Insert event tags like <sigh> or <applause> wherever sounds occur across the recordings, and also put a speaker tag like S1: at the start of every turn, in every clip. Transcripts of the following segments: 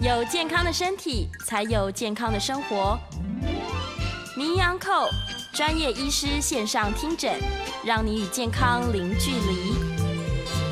S1: 有健康的身体，才有健康的生活。名扬寇专业医师线上听诊，让你与健康零距离。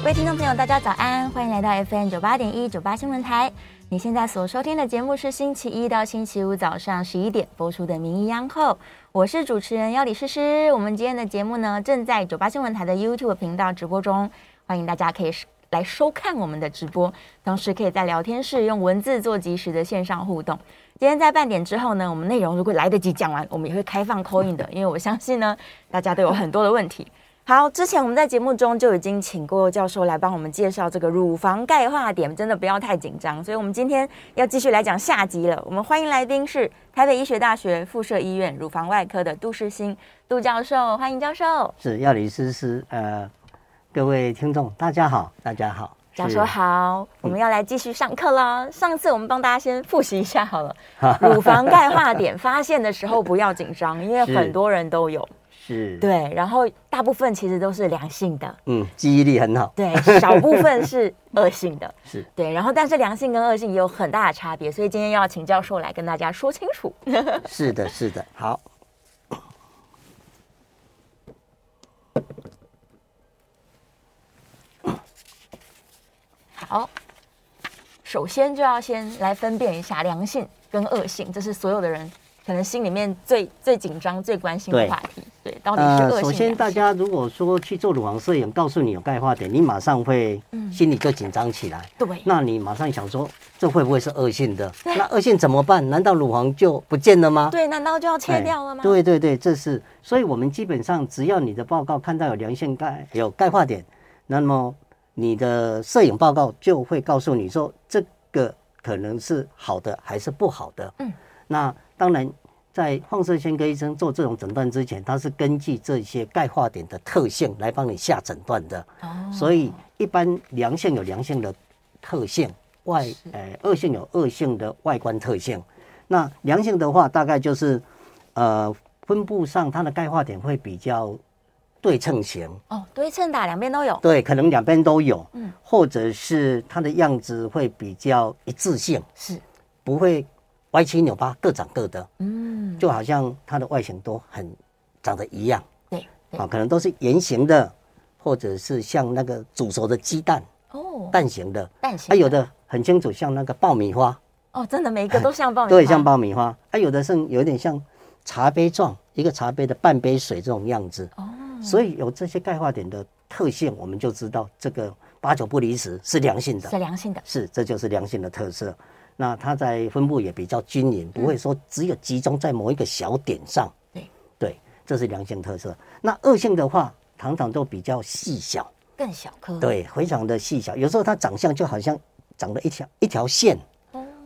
S2: 各位听众朋友，大家早安，欢迎来到 FM 九八点一九八新闻台。你现在所收听的节目是星期一到星期五早上十一点播出的《名医央后》，我是主持人要李诗诗。我们今天的节目呢，正在九八新闻台的 YouTube 频道直播中，欢迎大家可以来收看我们的直播，同时可以在聊天室用文字做及时的线上互动。今天在半点之后呢，我们内容如果来得及讲完，我们也会开放 call in 的，因为我相信呢，大家都有很多的问题。好，之前我们在节目中就已经请过教授来帮我们介绍这个乳房钙化点，真的不要太紧张。所以，我们今天要继续来讲下集了。我们欢迎来宾是台北医学大学附设医院乳房外科的杜世新杜教授，欢迎教授。
S3: 是药理师师，呃，各位听众大家好，大家好，
S2: 教
S3: 是
S2: 授好，我们要来继续上课啦。上次我们帮大家先复习一下好 <laughs> 了，乳房钙化点发现的时候不要紧张，因为
S3: 是
S2: 很多 <laughs> 人都有。
S3: 是，，
S2: 对，然后大部分其实都是良性的，
S3: 嗯，记忆力很好，
S2: <laughs> 对，少部分是恶性的。
S3: 是
S2: 对，然后但是良性跟恶性也有很大的差别，所以今天要请教授来跟大家说清楚。
S3: 是的，是的，好。
S2: 好，首先就要先来分辨一下良性跟恶性，这是所有的人可能心里面最最紧张、最关心的
S3: 对
S2: 话题。对，到底哦是恶性、
S3: 呃首先大家如果说去做乳房摄影，告诉你有钙化点，你马上会心里就紧张起来，
S2: 嗯对
S3: 那你马上想说这会不会是恶性的？那恶性怎么办？难道乳房就不见了吗？
S2: 对，难道就要切
S3: 哎
S2: 掉了吗？
S3: 对对对，这是，所以我们基本上只要你的报告看到有良性钙有钙化点，那么你的摄影报告就会告诉你说这个可能是好的还是不好的。
S2: 嗯，
S3: 那当然。在放射线科医生做这种诊断之前，他是根据这些钙化点的特性来帮你下诊断的。
S2: 哦
S3: 所以一般良性有良性的特性，外呃恶性有恶性的外观特性。那良性的话，大概就是呃分布上它的钙化点会比较对称型，
S2: 哦，对称打两边都有。
S3: 对，可能两边都有，
S2: 嗯，
S3: 或者是它的样子会比较一致性，
S2: 是，
S3: 不会歪七扭八，各长各的，
S2: 嗯，
S3: 就好像它的外形都很长得一样
S2: 对对
S3: 啊，可能都是圆形的，或者是像那个煮熟的鸡蛋
S2: 哦，
S3: 蛋形的。
S2: 蛋形
S3: 啊，有的很清楚，像那个爆米花，
S2: 哦，真的每一个都
S3: <laughs>
S2: 像爆米花，
S3: 对，像爆米花。啊，有的是有点像茶杯状，一个茶杯的半杯水这种样子。
S2: 哦，
S3: 所以有这些钙化点的特性，我们就知道这个八九不离十是良性的
S2: 是，良性的，
S3: 是，这就是良性的特色。那它在分布也比较均匀，不会说只有集中在某一个小点上。
S2: 嗯对
S3: 对，这是良性特色。那恶性的话，常常都比较细小，
S2: 更小颗，，
S3: 对，非常的细小。有时候它长相就好像长了一条一条线，
S2: 哦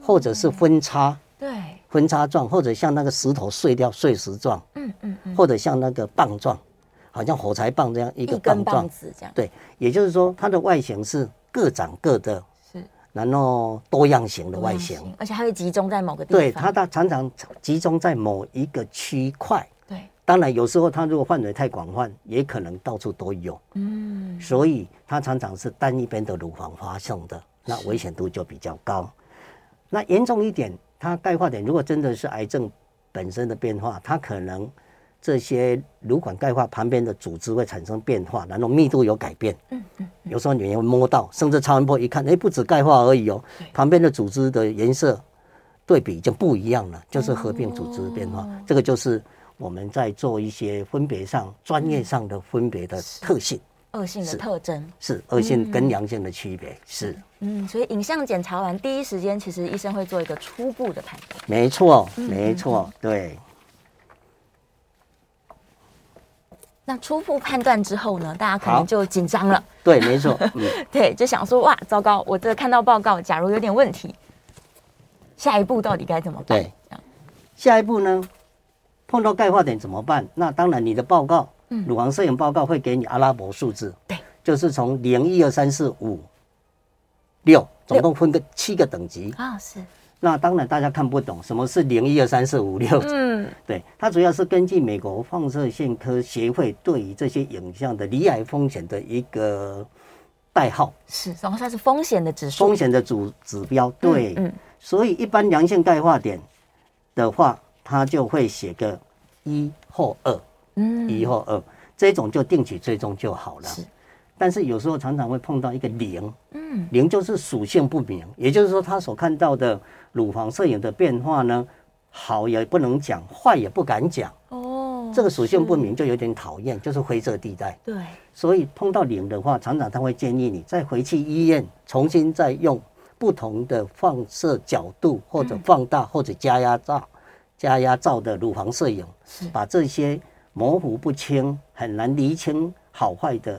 S3: 或者是分叉
S2: 对，
S3: 分叉状，或者像那个石头碎掉碎石状，
S2: 嗯嗯嗯，
S3: 或者像那个棒状，好像火柴棒这样一
S2: 一
S3: 个
S2: 根
S3: 棒
S2: 棒
S3: 状。
S2: 子这样，
S3: 对，也就是说它的外形是各长各的，
S2: 是
S3: 然后多样型的
S2: 多
S3: 外
S2: 样
S3: 形。，
S2: 嗯而且它会集中在某个地方，
S3: 对，它的常常集中在某一个区块。
S2: 对，
S3: 当然，有时候它如果范围太广泛，也可能到处都有。
S2: 嗯，
S3: 所以它常常是单一边的乳房发生的，那危险度就比较高。那严重一点，它钙化点如果真的是癌症本身的变化，它可能这些乳管钙化旁边的组织会产生变化，然后密度有改变。
S2: 嗯嗯，
S3: 有时候你会摸到，甚至超音波一看，哎，不止钙化而已哦，旁边的组织的颜色对比已经不一
S2: 哦
S3: 样了，就是合并组织的变化。这个就是我们在做一些分别上、专业上的分别的特性。
S2: 恶性的
S3: 是
S2: 特征，
S3: 是恶性跟良性的区别，是
S2: 嗯，所以影像检查完第一时间，其实医生会做一个初步的判断，
S3: 没
S2: 嗯
S3: 错，没错，对。
S2: 那初步判断之后呢，大家可
S3: 好
S2: 能就紧张了，
S3: 对，
S2: <laughs>
S3: 没错，嗯，
S2: 对，就想说哇，糟糕，我这看到报告，假如有点问题，下一步到底该怎么办？
S3: 对下一步呢，碰到钙化点怎么办？那当然，你的报告，乳房摄影报告会给你阿拉伯数字，
S2: 嗯对，
S3: 就是从零、一、二、三、四、五、六，总
S2: 六
S3: 共分个七个等级。
S2: 啊，是，
S3: 那当然大家看不懂什么是零、一、二、三、四、五、六，
S2: 嗯，
S3: 对，它主要是根据美国放射线科协会对于这些影像的离癌风险的一个代号、
S2: 是，然后它是风险的指数，
S3: 风险的主指标，对，
S2: 嗯，
S3: 所以一般良性钙化点的话，它就会写个一或二，
S2: 嗯，
S3: 一或二，这种就定期追踪就好了
S2: 是。
S3: 但是有时候常常会碰到一个零，
S2: 嗯，
S3: 零就是属性不明，也就是说他所看到的乳房摄影的变化呢，好也不能讲，坏也不敢讲，
S2: 哦，
S3: 这个属性不明就有点讨厌，就是灰色地带。
S2: 对，
S3: 所以碰到零的话，厂长他会建议你再回去医院重新再用不同的放射角度，或
S2: 嗯
S3: 者放大，或者加压照、加压照的乳房摄影
S2: 是，
S3: 把这些模糊不清、很难厘清好坏的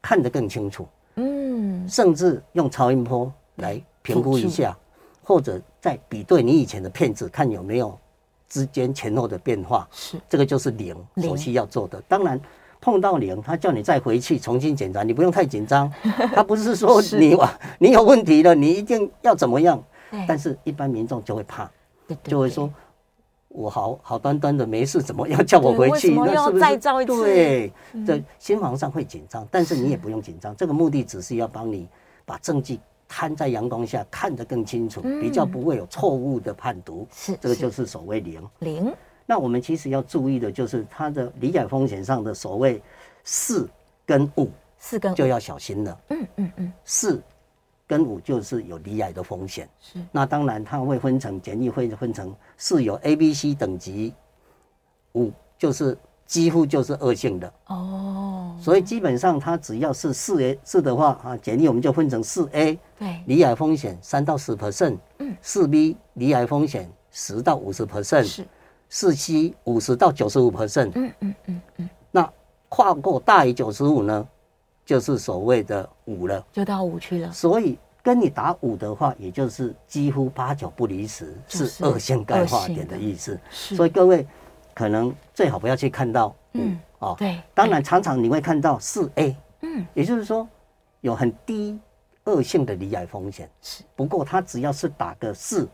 S3: 看得更清楚，
S2: 嗯，
S3: 甚至用超音波来评估一下，或者再比对你以前的片子，看有没有之间前后的变化。
S2: 是，
S3: 这个就是零
S2: 零
S3: 所需要做的。当然，碰到零，他叫你再回去重新检查，你不用太
S2: <laughs>
S3: 紧张。他不是说
S2: 是
S3: 你哇，你有问题了，你一定要怎么样。
S2: 对，
S3: 但是，一般民众就会怕，
S2: 对对
S3: 就会
S2: 对
S3: 说。我好好端端的没事，怎么要叫我
S2: 对
S3: 回
S2: 为
S3: 去？
S2: 什么
S3: 那
S2: 要
S3: 是不是
S2: 再照一次
S3: 对，
S2: 嗯
S3: 这心房上会紧张，但是你也不用紧张。这个目的只是要帮你把证据摊在阳光下，看得更清楚，比较
S2: 嗯
S3: 不会有错误的判读。
S2: 是
S3: 这个
S2: 是
S3: 就是所谓零。
S2: 零，
S3: 那我们其实要注意的就是它的理解风险上的所谓四跟五
S2: 四跟五
S3: 就要小心了。
S2: 嗯嗯嗯，
S3: 四跟五就是有离癌的风险。
S2: 是
S3: 那当然它会分成简易会分成四有 A、B、C 等级，五就是几乎就是恶性的。
S2: 哦，
S3: 所以基本上它只要是四 A 四的话啊，简易我们就分成四 A
S2: 对，
S3: 离癌风险三到十 percent，
S2: 嗯
S3: 四 B 离癌风险十到五十 percent，
S2: 是，
S3: 四 C 五十到九十五 percent。
S2: 嗯嗯嗯，
S3: 那跨过大于九十五呢，就是所谓的五了。
S2: 就到五去了，
S3: 所以跟你打五的话，也就是几乎八九不离十，
S2: 就是
S3: 是恶性钙化
S2: 恶性
S3: 点
S2: 的
S3: 的意思。
S2: 是
S3: 所以各位可能最好不要去看到五、
S2: 嗯
S3: 哦。
S2: 对，
S3: 当然常常你会看到四 A，
S2: 嗯，
S3: 也就是说有很低恶性的离癌风险。
S2: 是，
S3: 不过它只要是打个四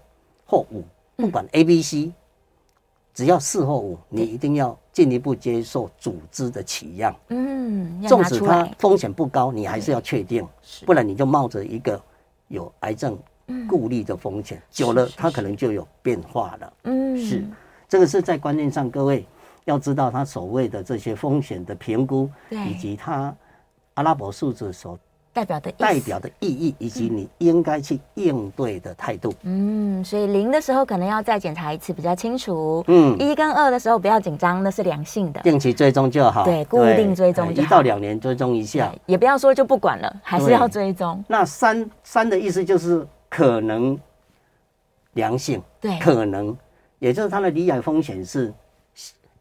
S3: 或五，
S2: 嗯
S3: 不管 A、B、C，只要四或五，你一定要进一步接受组织的取样。
S2: 嗯，要
S3: 纵
S2: 拿
S3: 使
S2: 出
S3: 它
S2: 来，
S3: 风险不高，你还是要确定，
S2: 是
S3: 不然你就冒着一个有癌症顾虑的风险，久
S2: 嗯
S3: 了
S2: 是是
S3: 它可能就有变化了。
S2: 嗯，
S3: 是，这个是在观念上，各位要知道它所谓的这些风险的评估，
S2: 对
S3: 以及它阿拉伯数字所
S2: 代表的意思
S3: 代表的意义，以及你应该去应对的态度。
S2: 嗯，所以零的时候可能要再检查一次比较清楚。
S3: 嗯
S2: 一跟二的时候不要紧张，那是良性的。
S3: 定期追踪就好，
S2: 对固定追踪
S3: 哎
S2: 就
S3: 一
S2: 好
S3: 到两年追踪一下
S2: 对。也不要说就不管了，还是
S3: 对
S2: 要追踪。
S3: 那三三的意思就是可能良性，
S2: 对，
S3: 可能，也就是它的离癌风险是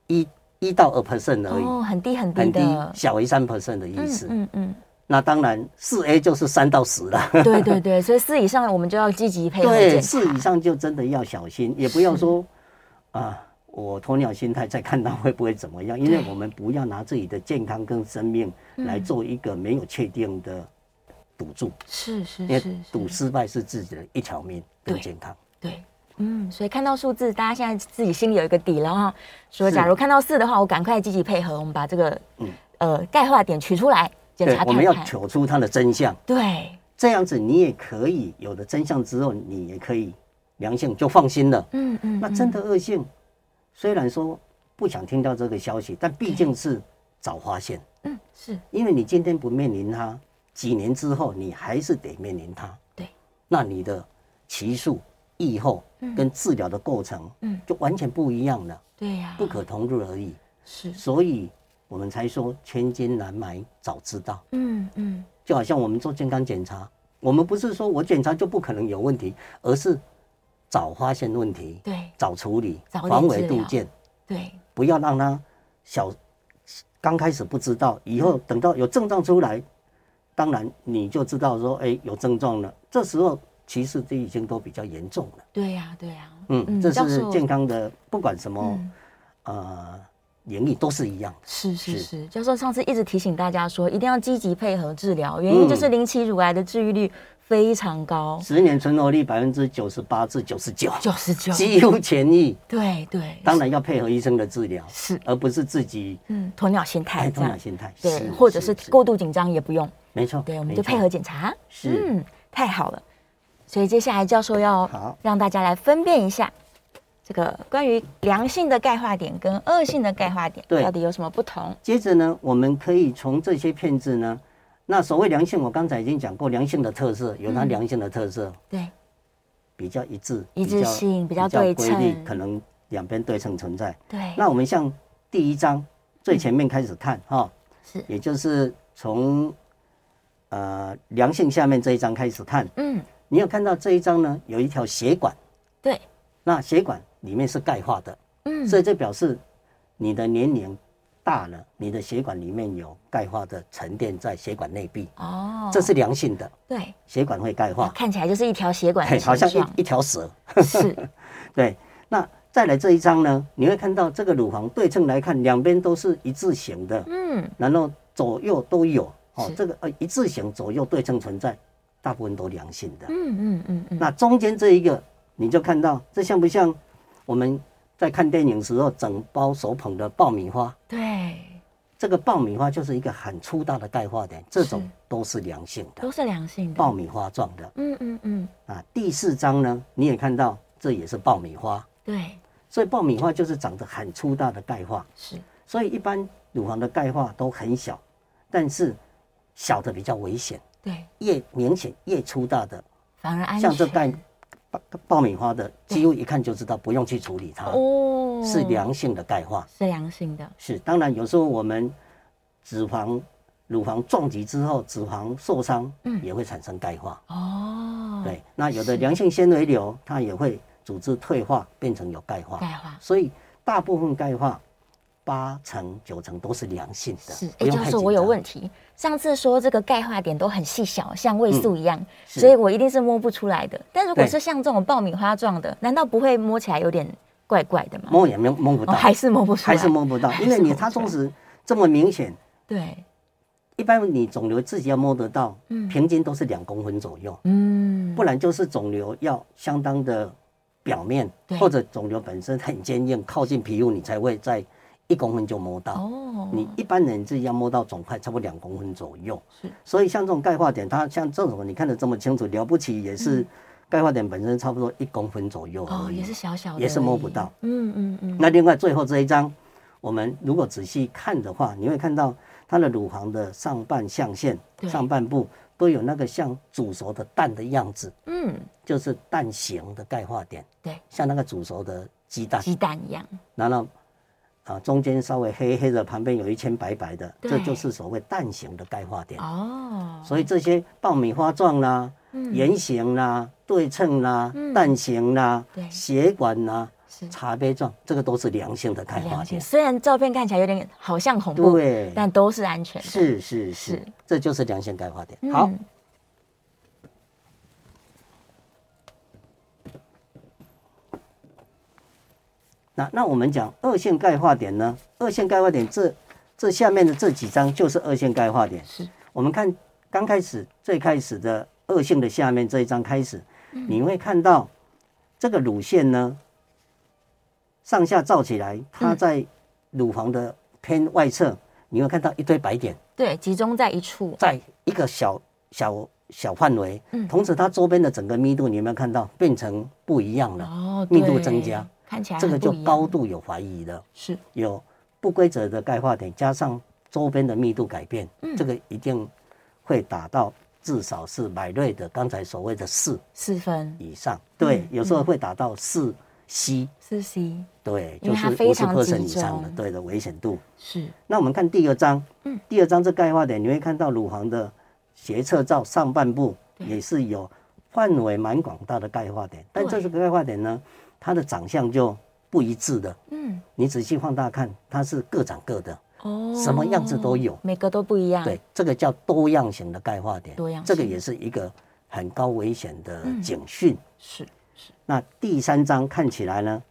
S3: 一一到二 percent 而已，
S2: 哦，很低很低
S3: 很低，
S2: 的，
S3: 小于三 percent 的意思。
S2: 嗯嗯
S3: 那当然，四 A 就是三到十了。
S2: 嗯，对对对，所以四以上我们就要积极配合
S3: 对，
S2: 检
S3: 四以
S2: 查。
S3: 上就真的要小心，也不要说啊，我鸵鸟心态再看到会不会怎么样，因为
S2: 对
S3: 我们不要拿自己的健康跟生命来做一个没有确定的赌注，
S2: 是是
S3: 因为
S2: 嗯是
S3: 赌
S2: 是，
S3: 失败是自己的一条命跟
S2: 对
S3: 健康。
S2: 对。嗯，所以看到数字，大家现在自己心里有一个底了哈。说，
S3: 是
S2: 假如看到四的话，我赶快积极配合，我们把这个、
S3: 嗯
S2: 呃钙化点取出来检
S3: 对
S2: 查，
S3: 我
S2: 看
S3: 们要
S2: 看。
S3: 求出它的真相。
S2: 对，
S3: 这样子你也可以有了真相之后，你也可以良性就放心了。
S2: 嗯嗯，
S3: 那真
S2: 嗯
S3: 的恶性，虽然说不想听到这个消息，但毕竟是早发现，
S2: 嗯是
S3: 因为你今天不面临它，几年之后你还是得面临它。
S2: 对，
S3: 那你的期数、预后跟治疗的过程，
S2: 嗯啊
S3: 就完全不一样了，
S2: 对呀、
S3: 不可同日而语。
S2: 是
S3: 所以我们才说千金难买早知道。
S2: 嗯嗯
S3: 就好像我们做健康检查，我们不是说我检查就不可能有问题，而是早发现问题，
S2: 对
S3: 早处理，
S2: 早点
S3: 防微
S2: 治疗
S3: 杜渐，
S2: 对
S3: 不要让它小刚开始不知道，以
S2: 嗯
S3: 后等到有症状出来，当然你就知道说，哎，有症状了。这时候其实这已经都比较严重了。
S2: 对呀，对呀，
S3: 嗯，这
S2: 教
S3: 是
S2: 授
S3: 健康的，不管什么
S2: 嗯，
S3: 呃，演绎都是一样。
S2: 是是
S3: 是
S2: 是，教授上次一直提醒大家说，一定要积极配合治疗，
S3: 嗯
S2: 原因就是零期乳癌的治愈率非常高，
S3: 十年存活率百分之九十八至九十九，
S2: 九十九，
S3: 几乎痊愈。
S2: 对对，
S3: 当然要配合医生的治疗，
S2: 是，
S3: 而不是自己
S2: 嗯，鸵鸟心态
S3: 太
S2: 这
S3: 头脑
S2: 样，
S3: 哎心态。
S2: 对，或者是过度紧张也不用，
S3: 没错，
S2: 对，我们
S3: 没
S2: 就
S3: 错
S2: 配合。检查，
S3: 是
S2: 嗯，太好了。所以接下来教授要
S3: 好
S2: 让大家来分辨一下这个关于良性的钙化点跟恶性的钙化点
S3: 对
S2: 到底有什么不同，
S3: 接着呢，我们可以从这些片子呢，那所谓良性，我刚才已经讲过，良性的特色有它
S2: 嗯
S3: 良性的特色，
S2: 对，
S3: 比较一致，
S2: 一致性比较对
S3: 规律
S2: 称
S3: 可能两边对称存在。
S2: 对，
S3: 那我们像第一章最前面开始看哈，
S2: 是，
S3: 也就是从呃良性下面这一章开始看，
S2: 嗯，
S3: 你有看到这一章呢，有一条血管，
S2: 对，
S3: 那血管里面是钙化的，
S2: 嗯，
S3: 所以这表示你的年龄大了，你的血管里面有钙化的沉淀在血管内壁，
S2: 哦，
S3: 这是良性的，
S2: 对，
S3: 血管会钙化，
S2: 看起来就是一条血管
S3: 嘿
S2: 的
S3: 哎好像
S2: 形
S3: 一
S2: 状，
S3: 一条蛇。
S2: 是，
S3: 对，那再来这一张呢，你会看到这个乳房对称来看，两边都是一字形的，
S2: 嗯，
S3: 然后左右都有哦
S2: 是，
S3: 这个呃一字形左右对称存在，大部分都良性的。
S2: 嗯嗯嗯嗯，
S3: <laughs> 那中间这一个，你就看到这像不像我们在看电影时候整包手捧的爆米花？
S2: 对，
S3: 这个爆米花就是一个很粗大的钙化点，这种
S2: 是
S3: 都是良性的
S2: 都是良性的，
S3: 爆米花状的
S2: 嗯嗯嗯，
S3: 啊。第四章呢，你也看到这也是爆米花，
S2: 对，
S3: 所以爆米花就是长得很粗大的钙化，
S2: 是，
S3: 所以一般乳房的钙化都很小，但是小的比较危险，
S2: 对，
S3: 越明显越粗大的，
S2: 反而安全，
S3: 像这钙爆爆米花的，几乎一看就知道不用去处理它，
S2: 哦，
S3: 是良性的钙化。
S2: 是良性的，
S3: 是，当然有时候我们脂肪、乳房撞击之后，脂肪受伤，
S2: 嗯
S3: 也会产生钙化。
S2: 哦，
S3: 对，，那有的
S2: 是
S3: 良性纤维瘤，它也会组织退化，变成有钙化。
S2: 钙化。
S3: 所以大部分钙化，八成九成都是良性的。
S2: 是，
S3: 不用
S2: 教
S3: 太
S2: 授，
S3: 紧
S2: 我有
S3: 张
S2: 问题。上次说这个钙化点都很细小，像位素一样，
S3: 嗯是
S2: 所以我一定是摸不出来的。但如果
S3: 对
S2: 是像这种爆米花状的，难道不会摸起来有点怪怪的吗？
S3: 摸也没有摸不
S2: 哦、
S3: 到，
S2: 还是摸不出来，
S3: 还是摸不到，
S2: 还
S3: 因为
S2: 是
S3: 你
S2: 摸不
S3: 它
S2: 出来
S3: 纵使这么明显，
S2: 对，
S3: 一般你肿瘤自己要摸得到，
S2: 嗯
S3: 平均都是两公分左右。
S2: 嗯，
S3: 不然就是肿瘤要相当的表面
S2: 对，
S3: 或者肿瘤本身很坚硬，靠近皮肤你才会在一公分就摸到。
S2: 哦，
S3: 你一般人自己要摸到肿块，差不多两公分左右
S2: 是。
S3: 所以像这种钙化点，它像这种你看得这么清楚，了不起也是钙化点本身差不多一公分左右
S2: 嗯哦
S3: 而已。
S2: 也是小小的而已，
S3: 也是摸不到
S2: 嗯嗯嗯，
S3: 那另外最后这一张，我们如果仔细看的话，你会看到它的乳房的上半象限、
S2: 对
S3: 上半部都有那个像煮熟的蛋的样子。
S2: 嗯，
S3: 就是蛋形的钙化点，
S2: 对，
S3: 像那个煮熟的鸡蛋，
S2: 鸡蛋一样，
S3: 然后啊中间稍微黑黑的，旁边有一圈白白的，
S2: 对
S3: 这就是所谓蛋形的钙化点。
S2: 哦，
S3: 所以这些爆米花状啦、
S2: 嗯
S3: 圆形啦、对称啦、
S2: 嗯
S3: 蛋形啦、
S2: 对
S3: 血管啦、
S2: 是
S3: 茶杯状，这个都是良性的钙化
S2: 良性，
S3: 点。
S2: 虽然照片看起来有点好像恐怖，
S3: 对，
S2: 但都是安全的，
S3: 是是是
S2: 是，
S3: 这就是良性钙化点。
S2: 嗯
S3: 好，那那我们讲二线钙化点呢？二线钙化点这这下面的这几张就是二线钙化点。
S2: 是，
S3: 我们看刚开始最开始的恶性的下面这一张开始，你会看到这个乳腺呢上下照起来，它在乳房的偏外侧，你会看到一堆白点，
S2: 对，集中在一处，
S3: 在一个小小小范围
S2: 嗯，
S3: 同时它周边的整个密度，你有没有看到变成不一样了？
S2: 哦，
S3: 密度
S2: 对
S3: 增加，
S2: 看起来
S3: 这个
S2: 很
S3: 就
S2: 不一样
S3: 高度有怀疑了。
S2: 是
S3: 有不规则的钙化点，加上周边的密度改变，
S2: 嗯
S3: 这个一定会达到至少是百瑞的刚才所谓的四
S2: 四分
S3: 以上。对，
S2: 嗯
S3: 有时候会达到四 C，
S2: 四 C
S3: 对，
S2: 因
S3: 就
S2: 为它
S3: 是
S2: 非
S3: 五十
S2: 常
S3: percent
S2: 集
S3: 以上的
S2: 中
S3: 对的危险度。
S2: 是
S3: 那我们看第二章，
S2: 嗯
S3: 第二章这钙化点，你会看到乳房的斜侧照上半部也是有范围蛮广大的钙化点，但
S2: 对
S3: 这个钙化点呢，它的长相就不一致的。
S2: 嗯
S3: 你仔细放大看，它是各长各的，
S2: 哦
S3: 什么样子都有
S2: 每个都不一样。
S3: 对，，这个叫多样型的钙化点，
S2: 多样性
S3: 这个也是一个很高危险的
S2: 嗯
S3: 警讯。
S2: 是是，
S3: 那第三章看起来呢，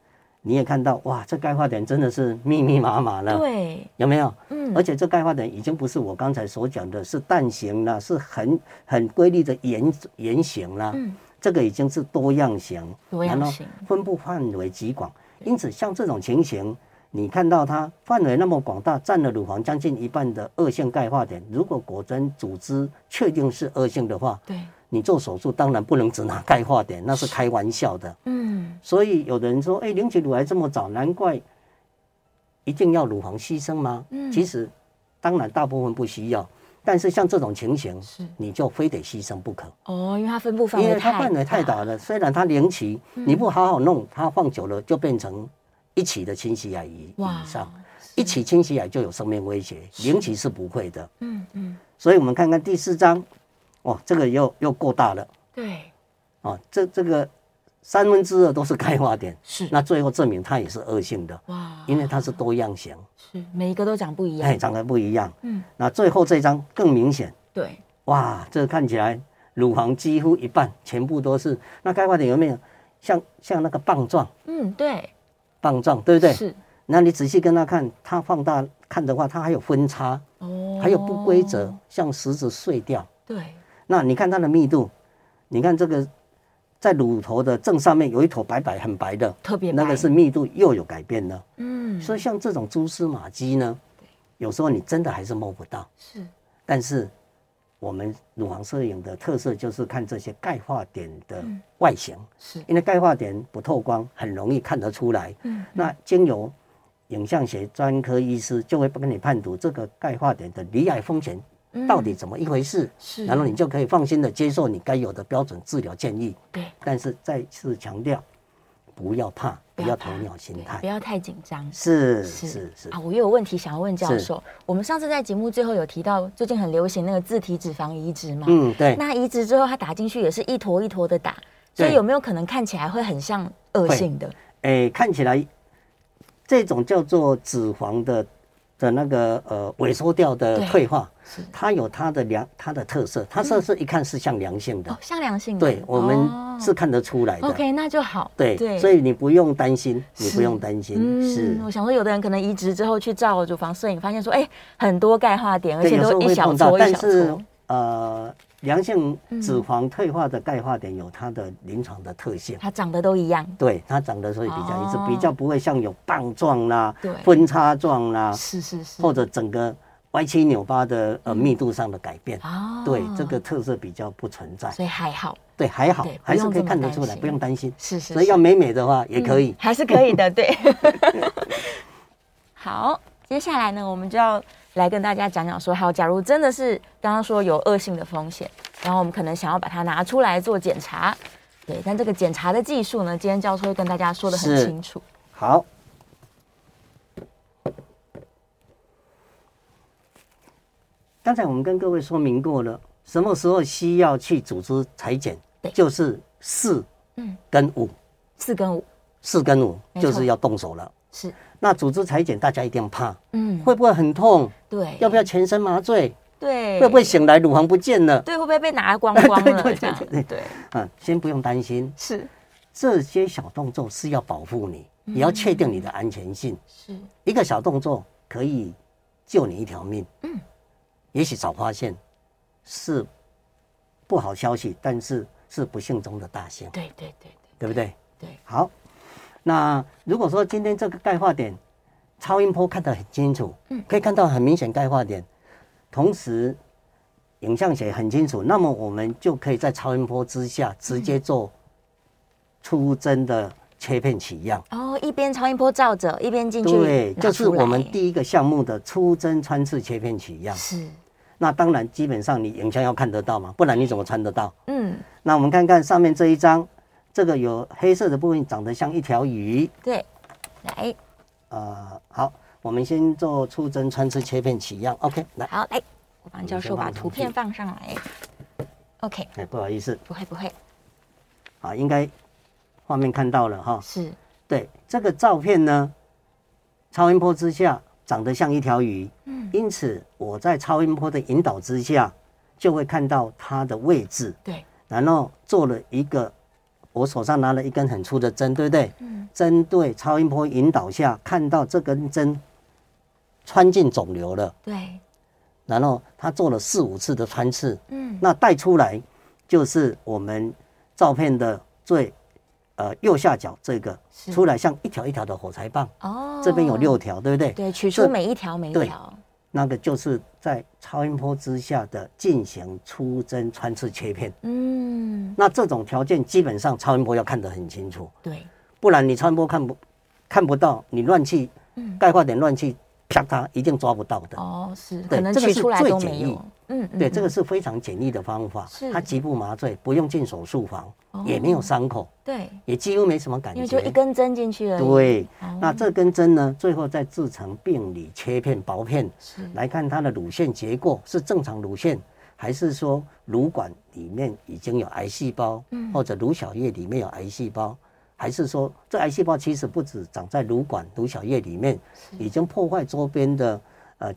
S3: 你也看到哇，这钙化点真的是密密麻麻了，
S2: 对，
S3: 有没有？
S2: 嗯，
S3: 而且这钙化点已经不是我刚才所讲的，是蛋形啦，是很很规律的圆圆形啦，
S2: 嗯，
S3: 这个已经是多样型，
S2: 多样
S3: 然后
S2: 性
S3: 分布范围极广。因此，像这种情形，你看到它范围那么广大，占了乳房将近一半的恶性钙化点，如果果真组织确定是恶性的话，
S2: 对，
S3: 你做手术当然不能只拿钙化点，那是开玩笑的。
S2: 嗯，
S3: 所以有的人说，哎、领取乳癌这么早，难怪一定要乳房牺牲吗？
S2: 嗯
S3: 其实当然大部分不需要，但是像这种情形，
S2: 是
S3: 你就非得牺牲不可，
S2: 哦，因为它分布范
S3: 因
S2: 围
S3: 为它
S2: 太嗯
S3: 范围太大了。虽然它零期，你不好好弄，它放久了就变成一起的侵袭癌以
S2: 哇
S3: 以上，一起侵袭癌就有生命威胁，零期是不会的。
S2: 嗯嗯，
S3: 所以我们看看第四章，哦，这个又又够大了
S2: 对，
S3: 哦，这这个三分之二都是钙化点。
S2: <laughs> 是
S3: 那最后证明它也是恶性的，
S2: 哇，
S3: 因为它是多样型，
S2: 是每一个都长不一
S3: 哎，
S2: 样，
S3: 长得不一样。
S2: 嗯，
S3: 那最后这张更明显，
S2: 对，
S3: 哇，这看起来乳房几乎一半全部都是。那钙化点有没有像像那个棒状？
S2: 嗯对，
S3: 棒状对不对？
S2: 是
S3: 那你仔细跟它看，它放大看的话，它还有分叉，
S2: 哦，
S3: 还有不规则，，像石子碎掉。
S2: 对，
S3: 那你看它的密度，你看这个在乳头的正上面有一坨白白很白的，
S2: 特别
S3: 那
S2: 白
S3: 个是密度又有改变了。
S2: 嗯，
S3: 所以像这种蛛丝马迹呢，有时候你真的还是摸不到。
S2: 是
S3: 但是我们乳房摄影的特色就是看这些钙化点的
S2: 嗯
S3: 外形，
S2: 是，
S3: 因为钙化点不透光，很容易看得出来。
S2: 嗯
S3: 那经由影像学专科医师就会帮你判读这个钙化点的罹癌风险
S2: 嗯
S3: 到底怎么一回事，
S2: 是，
S3: 然后你就可以放心的接受你该有的标准治疗建议。
S2: 对，
S3: 但是再次强调，不要怕，不要
S2: 怕
S3: 鸵鸟心
S2: 对
S3: 态
S2: 不。要太紧张，
S3: 是
S2: 是
S3: 是是
S2: 啊，，我又有问题想要问教
S3: 是
S2: 授。我们上次在节目最后有提到，最近很流行那个自体脂肪移植嘛。
S3: 嗯，对。
S2: 那移植之后，它打进去也是一坨一坨的打，所以
S3: 对
S2: 有没有可能看起来会很像恶性的？
S3: 诶，哎看起来这种叫做脂肪的的那个呃萎缩掉的
S2: 对
S3: 退化
S2: 是，
S3: 它有它的良它的特色，它这是一看是像良性的，
S2: 哦，像良性的。
S3: 对我
S2: 哦
S3: 们是看得出来的。
S2: OK，那就好。
S3: 对，所以你不用担心，你不用担心，是
S2: 嗯，我想说，有的人可能移植之后去照乳房摄影，发现说，哎、很多钙化点，而
S3: 对，
S2: 且
S3: 有时
S2: 都
S3: 候
S2: 一
S3: 会
S2: 小
S3: 碰到，
S2: 撮一
S3: 但
S2: 小
S3: 是
S2: 撮。
S3: 呃，良性脂
S2: 嗯
S3: 肪退化的钙化点有它的临床的特性。
S2: 它长得都一样。
S3: 对它长得所以比较一致，
S2: 嗯哦
S3: 比较不会像有棒状啦
S2: 对、
S3: 分叉状啦，
S2: 是是是。
S3: 或者整个歪七扭八的呃密度上的改变。
S2: 啊
S3: 对，这个，特色比较不存在。
S2: 所以还好。
S3: 对，还好
S2: 对，
S3: 还是可以
S2: 不用这么
S3: 看得出
S2: 担
S3: 来，
S2: 心
S3: 不用担心。
S2: 是是是。
S3: 所以要美美的话也可以
S2: 嗯。还是可以的，
S3: <laughs>
S2: 对。好，接下来呢，我们就要来跟大家讲讲说，好，假如真的是刚刚说有恶性的风险，然后我们可能想要把它拿出来做检查，对，但这个检查的技术呢，今天教授会跟大家说的很
S3: 是
S2: 清楚，
S3: 好。刚才我们跟各位说明过了，什么时候需要去组织裁剪
S2: 对，
S3: 就是四
S2: 嗯
S3: 跟五，
S2: 四跟五
S3: 四跟五
S2: 没错
S3: 就是要动手了。
S2: 是，
S3: 那组织裁剪大家一定怕，
S2: 嗯，
S3: 会不会很痛？
S2: 对，
S3: 要不要全身麻醉？
S2: 对，
S3: 会不会醒来乳房不见了？
S2: 对，会不会被拿光光
S3: <laughs> 对
S2: 了？
S3: 对对
S2: 这样
S3: 对对
S2: 对，
S3: 嗯，先不用担心，
S2: 是
S3: 这些小动作是要保护你，也要确定你的安全性。
S2: 是，
S3: 一个小动作可以救你一条命。
S2: 嗯，
S3: 也许早发现是不好消息，但是是不幸中的大幸，
S2: 对对对
S3: 对不对？
S2: 对对，
S3: 好，那如果说今天这个钙化点，超音波看得很清楚，
S2: 嗯
S3: 可以看到很明显钙化点，同时影像学很清楚，那么我们就可以在超音波之下直接
S2: 嗯
S3: 做出针的切片取样。
S2: 哦，一边超音波照着，一边进去
S3: 对，
S2: 拿
S3: 就是
S2: 出
S3: 我们
S2: 来
S3: 第一个项目的出针穿刺切片取样。
S2: 是，
S3: 那当然，基本上你影像要看得到嘛，不然你怎么穿得到？
S2: 嗯，
S3: 那我们看看上面这一张，这个有黑色的部分长得像一条鱼。
S2: 对，来，
S3: 呃，好，我们先做出针穿刺切片取样。OK，来，
S2: 好，来，我帮教授把图片放上来。OK，
S3: 哎，不好意思，
S2: 不会不会，
S3: 啊，应该画面看到了哈。
S2: 是
S3: 对，这个照片呢，超音波之下长得像一条鱼。
S2: 嗯
S3: 因此我在超音波的引导之下，就会看到它的位置，
S2: 对，
S3: 然后做了一个，我手上拿了一根很粗的针，对不对？
S2: 嗯
S3: 针对超音波引导下，看到这根针穿进肿瘤了，
S2: 对，
S3: 然后它做了四五次的穿刺，
S2: 嗯
S3: 那带出来就是我们照片的最呃右下角这个
S2: 是
S3: 出来像一条一条的火柴棒，
S2: 哦，
S3: 这边有六，条，对不对？
S2: 对，取
S3: 这
S2: 出每一条每一
S3: 对
S2: 条，
S3: 那个就是在超音波之下的进行出针穿刺切片。
S2: 嗯，
S3: 那这种条件基本上超音波要看得很清楚，
S2: 对，
S3: 不然你超音波看不看不到，你乱去
S2: 嗯，
S3: 钙化点乱去啪它，一定抓不到的。
S2: 哦，是，
S3: 对
S2: 可能
S3: 这个
S2: 取
S3: 是
S2: 出来
S3: 最
S2: 都
S3: 简
S2: 没
S3: 易
S2: 有，嗯，
S3: 对，
S2: 嗯
S3: 这个
S2: 嗯
S3: 是非常简易的方法
S2: 是，
S3: 它局部麻醉，不用进手术房，
S2: 哦
S3: 也没有伤口，
S2: 对，
S3: 也几乎没什么感
S2: 因
S3: 觉。
S2: 为就一根针进去而已，
S3: 对，
S2: 哦，
S3: 那这根针呢，最后再制成病理切片薄片，
S2: 是
S3: 来看它的乳腺结构是正常乳腺，还是说乳管里面已经有癌细胞，
S2: 嗯
S3: 或者乳小叶里面有癌细胞，还是说这癌细胞其实不止长在乳管、乳小叶里面，已经破坏周边的呃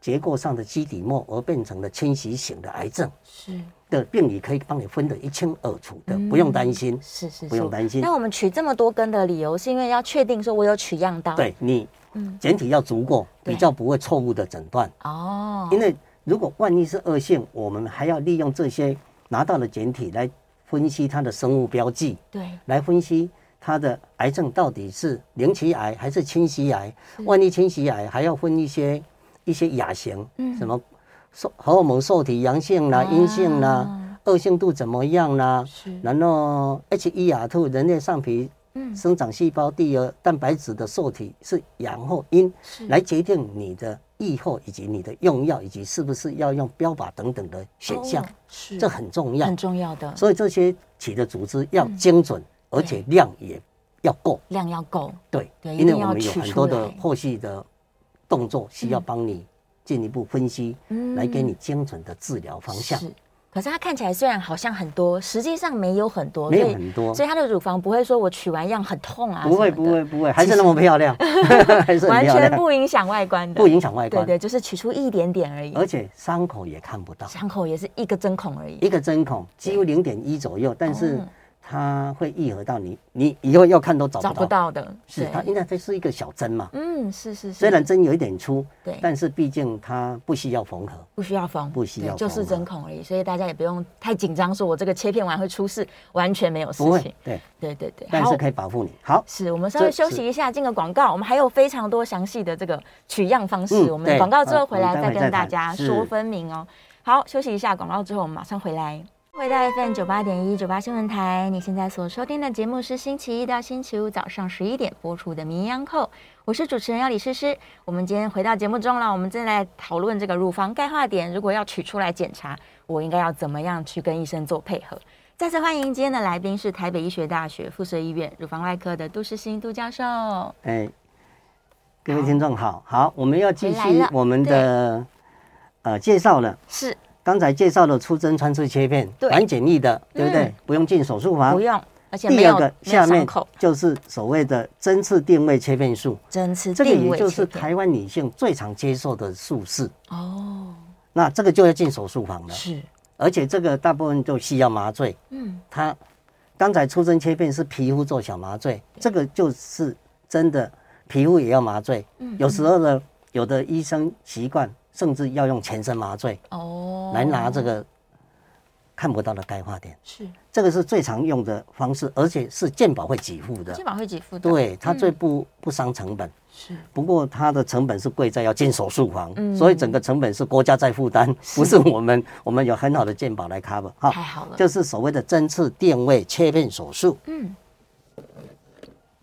S3: 结构上的基底膜，而变成了侵袭型的癌症
S2: 是
S3: 的病理，可以帮你分得一清二楚的，
S2: 嗯
S3: 不用担心。
S2: 是是，
S3: 不用
S2: 是
S3: 担心
S2: 那我们取这么多根的理由，是因为要确定说我有取样到，，
S3: 对你
S2: 嗯，
S3: 简体要足够，
S2: 对
S3: 比较不会错误的诊断。
S2: 哦，
S3: 因为如果万一是恶性，我们还要利用这些拿到的简体来分析它的生物标记，
S2: 对，
S3: 来分析它的癌症到底是零期癌还是侵袭癌。
S2: 嗯
S3: 万一侵袭癌，还要分一些一些亚型，
S2: 嗯
S3: 什么受荷尔蒙受体阳性啦、
S2: 啊
S3: 阴性啦、恶性度怎么样啦，
S2: 是，
S3: 然后 HER2 人类上皮
S2: 嗯，
S3: 生长细胞第二蛋白质的受体是阳或阴，
S2: 是
S3: 来决定你的预后以及你的用药以及是不是要用标靶等等的选项，
S2: 哦是
S3: 这很重要
S2: 很。重要嗯的，
S3: 所以这些起的组织要精准，而且量也要够。
S2: 量要够，
S3: 对，
S2: 对
S3: 因
S2: 一
S3: 为
S2: 定
S3: 我
S2: 要
S3: 们有
S2: 取
S3: 很
S2: 出
S3: 多的
S2: 来
S3: 后续的动作需要
S2: 嗯
S3: 帮你进一步分析，
S2: 嗯
S3: 来给你精准的治疗方向。
S2: 是，可是它看起来虽然好像很多，实际上没有很多，
S3: 没有
S2: 所以
S3: 很多
S2: 所以它的乳房不会说我取完样很痛啊，
S3: 不会，
S2: 什
S3: 不
S2: 么的
S3: 会，，不会，还是那么
S2: <laughs>
S3: 漂亮，还是很
S2: 完
S3: 漂
S2: 全
S3: 亮，
S2: 不影响外观的，
S3: 不影响外
S2: 对
S3: 观，
S2: 对，就是取出一点点而已，
S3: 而且伤口也看不到。
S2: 伤口也是一个针孔而已
S3: 一，个针孔几乎零点一左右，但是
S2: 哦
S3: 它会愈合到你，你以后要看都找
S2: 找不
S3: 不到。
S2: 到的，
S3: 是
S2: 对
S3: 它，因为它是一个小针嘛，
S2: 嗯，是是是，
S3: 虽然针有一点粗，
S2: 对
S3: 但是毕竟它不需要缝合。
S2: 不需要缝，
S3: 不需
S2: 对
S3: 要
S2: 就是
S3: 缝
S2: 针孔而已，所以大家也不用太紧张，说我这个切片完会出事，完全没有事
S3: 不会
S2: 情，，
S3: 对，
S2: 对对对，
S3: 但
S2: 好
S3: 是可以保护你。好，
S2: 是我们稍微
S3: 这
S2: 休
S3: 是
S2: 息一下，进个广告。我们还有非常多详细的这个取样方式，
S3: 嗯
S2: 呃我们
S3: 对
S2: 广告之后回来
S3: 好我
S2: 再
S3: 们待会
S2: 跟
S3: 再
S2: 大
S3: 谈
S2: 家
S3: 是
S2: 说分明哦。好，休息一下，广告之后我们马上回来。回到 FM 九八点一九八新闻台，你现在所收听的节目是星期一到星期五早上十一点播出的《名医央叩》，我是主持人要李诗诗。我们今天回到节目中了，我们正在讨论这个乳房钙化点，如果要取出来检查，我应该要怎么样去跟医生做配合？再次欢迎今天的来宾是台北医学大学附设医院乳房外科的杜世新杜教授。
S3: 哎，各位听众好，好，我们要继
S2: 回来
S3: 续
S2: 了
S3: 我们的呃介绍了。
S2: 是，
S3: 刚才介绍了出针穿刺切片，
S2: 对
S3: 蛮简易的，对不对
S2: 嗯？
S3: 不用进手术房
S2: 不。用，而且没
S3: 第
S2: 有
S3: 二个
S2: 没有
S3: 下
S2: 伤
S3: 面
S2: 口，
S3: 就是所谓的针刺定位切片术。
S2: 针刺
S3: 这个
S2: 定
S3: 也
S2: 位
S3: 就是
S2: 切片
S3: 台湾女性最常接受的术式，
S2: 哦，
S3: 那这个就要进手术房了，
S2: 是，
S3: 而且这个大部分就需要麻醉。
S2: 嗯，
S3: 它刚才出针切片是皮肤做小麻醉，这个就是真的皮肤也要麻醉。
S2: 嗯
S3: 有时候呢，有的医生习惯甚至要用全身麻醉
S2: 哦，
S3: 来拿这个看不到的钙化点，
S2: 是
S3: 这个是最常用的方式，而且是健保会给付的
S2: 肩。膀会给付的，
S3: 对，哦它最
S2: 嗯
S3: 不不伤成本。
S2: 是
S3: 不过它的成本是贵在要进手术房，
S2: 嗯
S3: 所以整个成本是国家在负担，
S2: 是
S3: 不是我们，我们有很好的健保来 cover 哈
S2: 太，好了，
S3: 就是所谓的针刺定位切片手术。
S2: 嗯，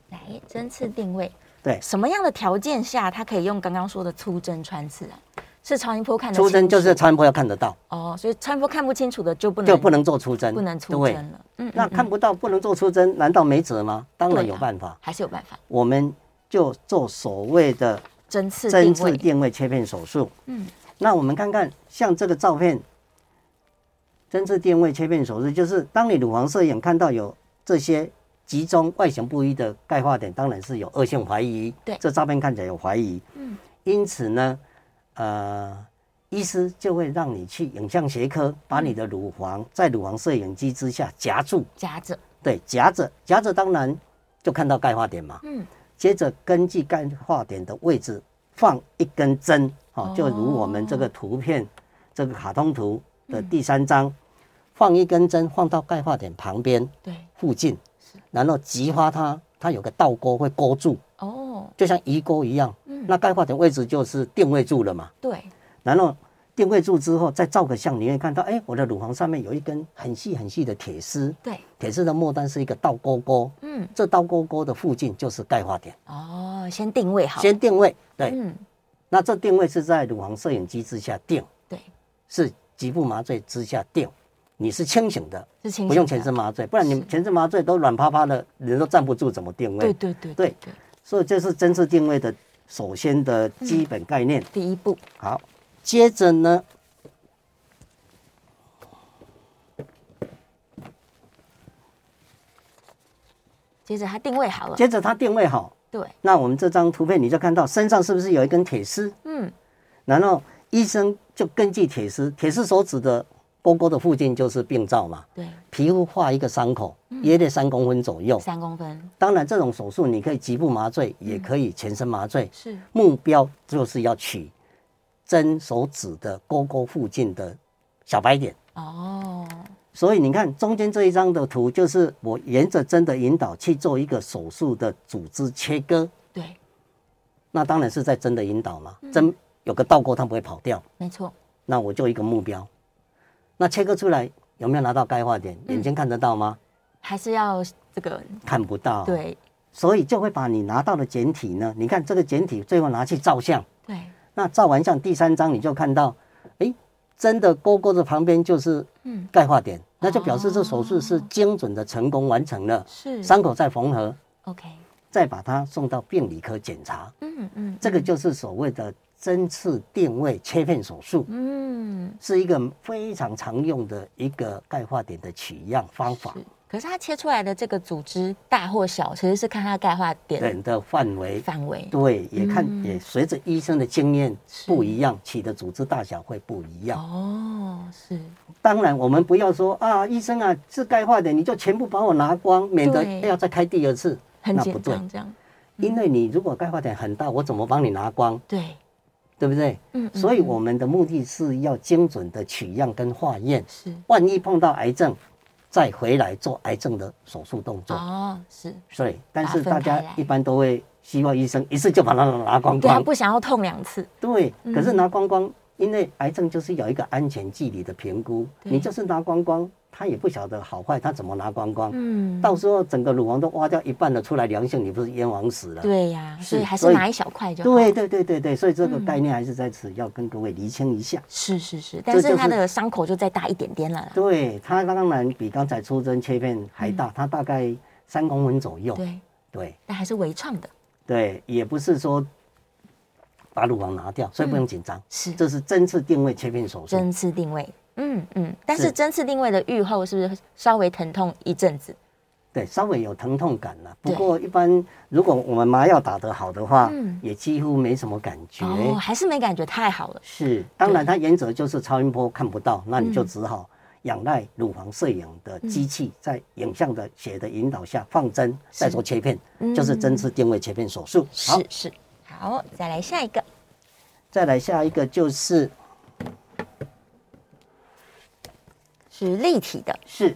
S2: 来针刺定位，
S3: 对
S2: 什么样的条件下它可以用刚刚说的粗针穿刺啊？是超音波看得
S3: 出针
S2: 清楚
S3: 就是超音波要看得到，
S2: 哦，所以超音波看不清楚的就不能
S3: 就不能做出针，
S2: 不能出
S3: 对
S2: 针了，嗯，
S3: 那
S2: 嗯
S3: 看不到不能做出针，难道没辙吗？当然
S2: 对啊
S3: 有办法，
S2: 还是有办法，
S3: 我们就做所谓的
S2: 针刺
S3: 针
S2: 定
S3: 刺
S2: 位，
S3: 定位切片手术。
S2: 嗯，
S3: 那我们看看像这个照片，针刺定位切片手术，就是当你乳房摄影看到有这些集中外形不一的钙化点，当然是有恶性怀疑。
S2: 对
S3: 这照片看起来有怀疑。
S2: 嗯，
S3: 因此呢，呃，医师就会让你去影像学科，把你
S2: 嗯
S3: 的乳房在乳房摄影机之下夹住，
S2: 夹着，
S3: 对，夹着夹着，当然就看到钙化点嘛。
S2: 嗯，
S3: 接着根据钙化点的位置放一根针，哦
S2: 哦，嗯
S3: 就如我们这个图片、这个卡通图的第三张，放一根针放到钙化点旁边
S2: 对，
S3: 附近，然后激发它，它有个倒钩会勾住，
S2: 哦，
S3: 就像鱼钩一样。
S2: 嗯
S3: 那钙化点位置就是定位住了嘛，
S2: 对，
S3: 然后。定位住之后，再照个相，你会看到，哎、我的乳房上面有一根很细很细的铁丝，
S2: 对，
S3: 铁丝的末端是一个倒钩钩，
S2: 嗯，
S3: 这倒钩钩的附近就是钙化点，
S2: 哦，先定位好，
S3: 先定位。对，
S2: 嗯，
S3: 那这定位是在乳房摄影机之下定，
S2: 对，
S3: 是局部麻醉之下定，你是清醒的，
S2: 是清
S3: 不用
S2: 醒
S3: 全
S2: 的
S3: 身，麻醉，不然你
S2: 是
S3: 全身麻醉都软趴趴的，人都站不住，怎么定
S2: 对
S3: 位？
S2: 对对
S3: 对
S2: 对，
S3: 所以这是针刺定位的首先的基本概念。
S2: 第一步，
S3: 好，接着呢，
S2: 嗯接着他定位好了，
S3: 接着它定位好，
S2: 对，
S3: 那我们这张图片你就看到身上是不是有一根铁丝？
S2: 嗯，
S3: 然后医生就根据铁丝，铁丝所指的沟沟的附近就是病灶嘛，
S2: 对，
S3: 皮肤画一个伤口，约略三公分左右。
S2: 三公分
S3: 当然，这种手术你可以局部麻醉，也可以全身麻醉，
S2: 是，
S3: 目标就是要取针所指的沟沟附近的小白点。
S2: 哦，
S3: 所以你看中间这一张的图，就是我沿着针的引导去做一个手术的组织切割，
S2: 对，
S3: 那当然是在针的引导嘛，
S2: 嗯
S3: 针有个倒钩，它不会跑掉。
S2: 没错，
S3: 那我就一个目标。那切割出来有没有拿到钙化点？
S2: 嗯
S3: 眼睛看得到吗？
S2: 还是要这个，
S3: 看不到。，
S2: 对
S3: 所以就会把你拿到的简体呢，你看这个简体最后拿去照相，
S2: 对，
S3: 那照完相第三张你就看到，诶，真的勾勾的旁边就是
S2: 嗯，哦
S3: 钙化点，那就表示这手术是精准的成功完成了，
S2: 是
S3: 伤口再缝合，
S2: ，OK，
S3: 再把它送到病理科检查，
S2: 嗯嗯，
S3: 这个就是所谓的针刺定位切片手术。
S2: 嗯，
S3: 是一个非常常用的一个钙化点的取样方法，
S2: 是。可是它切出来的这个组织大或小，其实是看它钙化点
S3: 人的范围，
S2: 范围。
S3: 对，也看、
S2: 嗯
S3: 也随着医生的经验
S2: 是
S3: 不一样，起的组织大小会不一样。
S2: 哦，是
S3: 当然，我们不要说啊，医生啊，是钙化点你就全部把我拿光，免得
S2: 对
S3: 要再开第二次，
S2: 很
S3: 那不
S2: 简
S3: 对，啊
S2: 单这嗯样。
S3: 因为你如果钙化点很大，我怎么帮你拿光，
S2: 对，
S3: 对不对？
S2: 嗯，嗯
S3: 所以
S2: 嗯
S3: 我们的目的是要精准的取样跟化验，
S2: 是
S3: 万一碰到癌症，再回来做癌症的手术动作。
S2: 哦，是
S3: 所以，但
S2: 把它
S3: 是
S2: 分
S3: 大家
S2: 开来
S3: 一般都会希望医生一次就把它拿光
S2: 对啊，
S3: 光。
S2: 不想要痛两次。
S3: 对，
S2: 嗯
S3: 可是拿光光，因为癌症就是有一个安全距离的评估，
S2: 对
S3: 你就是拿光光，他也不晓得好坏，他怎么拿光光，
S2: 嗯，
S3: 到时候整个乳房都挖掉一半了，出来良性，你不是冤枉死了？
S2: 对呀，
S3: 是
S2: 所以还是
S3: 所以
S2: 拿一小块就好。
S3: 对对对对对，所以这个
S2: 嗯
S3: 概念还是在此要跟各位厘清一下。
S2: 是是是，但是
S3: 就是
S2: 它的伤口就再大一点点了啦。
S3: 对，它当然比刚才出针切片还大，它大概三公分左右。
S2: 嗯对，
S3: 对
S2: 但还是微创的，
S3: 对，也不是说把乳房拿掉，所以不用紧张。
S2: 是
S3: 这是针刺定位切片手术。
S2: 针刺定位。嗯嗯，但是
S3: 是
S2: 针刺定位的愈后是不是稍微疼痛一阵子？
S3: 对，稍微有疼痛感了。不
S2: 对
S3: 过一般如果我们麻药打得好的话，
S2: 嗯
S3: 也几乎没什么感觉。
S2: 哦，还是没感觉，太好了。
S3: 是，当然
S2: 对
S3: 它原则就是超音波看不到，那你就
S2: 嗯
S3: 只好仰赖乳房摄影的机器，在影像的血的引导下放针，再做切片，就是针刺定位切片手术。好
S2: 嗯是，是，好，再来下一个。
S3: 再来下一个就是
S2: 是立体的，
S3: 是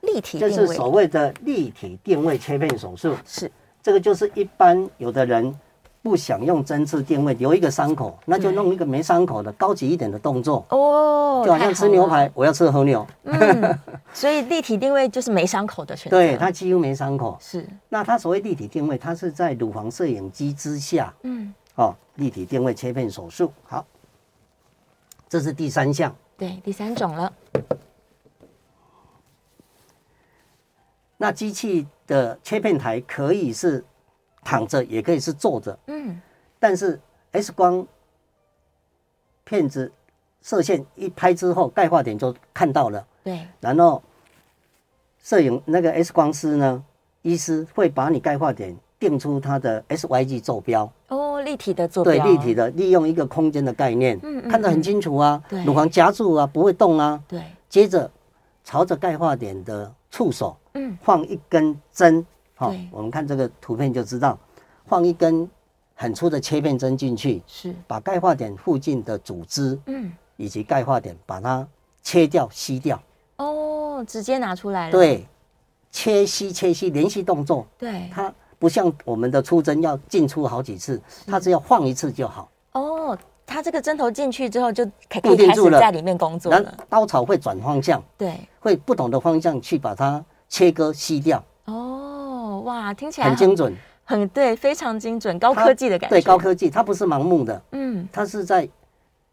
S2: 立体
S3: 就
S2: 定
S3: 是
S2: 位
S3: 所谓的立体定位切片手术。
S2: 是
S3: 这个就是一般有的人不想用针刺定位，留一个伤口，那就弄一个没伤口的高级一点的动作，
S2: 哦，
S3: 就好像吃牛排，我要吃和牛，
S2: 太好了，嗯，所以立体定位就是没伤口的选择，
S3: 对，它几乎没伤口。
S2: 是，
S3: 那它所谓立体定位，它是在乳房摄影机之下
S2: 嗯，
S3: 哦，立体定位切片手术。好，这是第三项。
S2: 对，第三种了，
S3: 那机器的切片台可以是躺着，也可以是坐着，
S2: 嗯，
S3: 但是 X 光片子射线一拍之后，钙化点就看到了。
S2: 对，
S3: 然后摄影那个 X 光师呢，医师会把你钙化点定出它的 SYG 坐标，
S2: 哦，立体的坐
S3: 对
S2: 标，
S3: 立体的利用一个空间的概念，
S2: 嗯嗯
S3: 看得很清楚啊
S2: 嗯对，
S3: 乳房夹住啊，不会动啊。
S2: 对，
S3: 接着朝着钙化点的触手
S2: 嗯
S3: 放一根针，好、
S2: 对
S3: 我们看这个图片就知道，放一根很粗的切片针进去，
S2: 是，
S3: 把钙化点附近的组织
S2: 嗯
S3: 以及钙化点把它切掉、吸掉。
S2: 哦，直接拿出来了，
S3: 对，切吸、切吸，连续动作，
S2: 对，
S3: 它不像我们的出针要进出好几次，它只要放一次就好。
S2: 哦，它这个针头进去之后就可可
S3: 固
S2: 以
S3: 定
S2: 开始
S3: 住了
S2: 在里面工作嗯
S3: 然
S2: 了，
S3: 刀草会转方向，
S2: 对，
S3: 会不同的方向去把它切割、吸掉，
S2: 哦，哇，听起来
S3: 很精准。
S2: 很对，非常精准，高
S3: 它
S2: 科技的感觉，
S3: 对，高，科技，它不是盲目的，
S2: 嗯，
S3: 它是在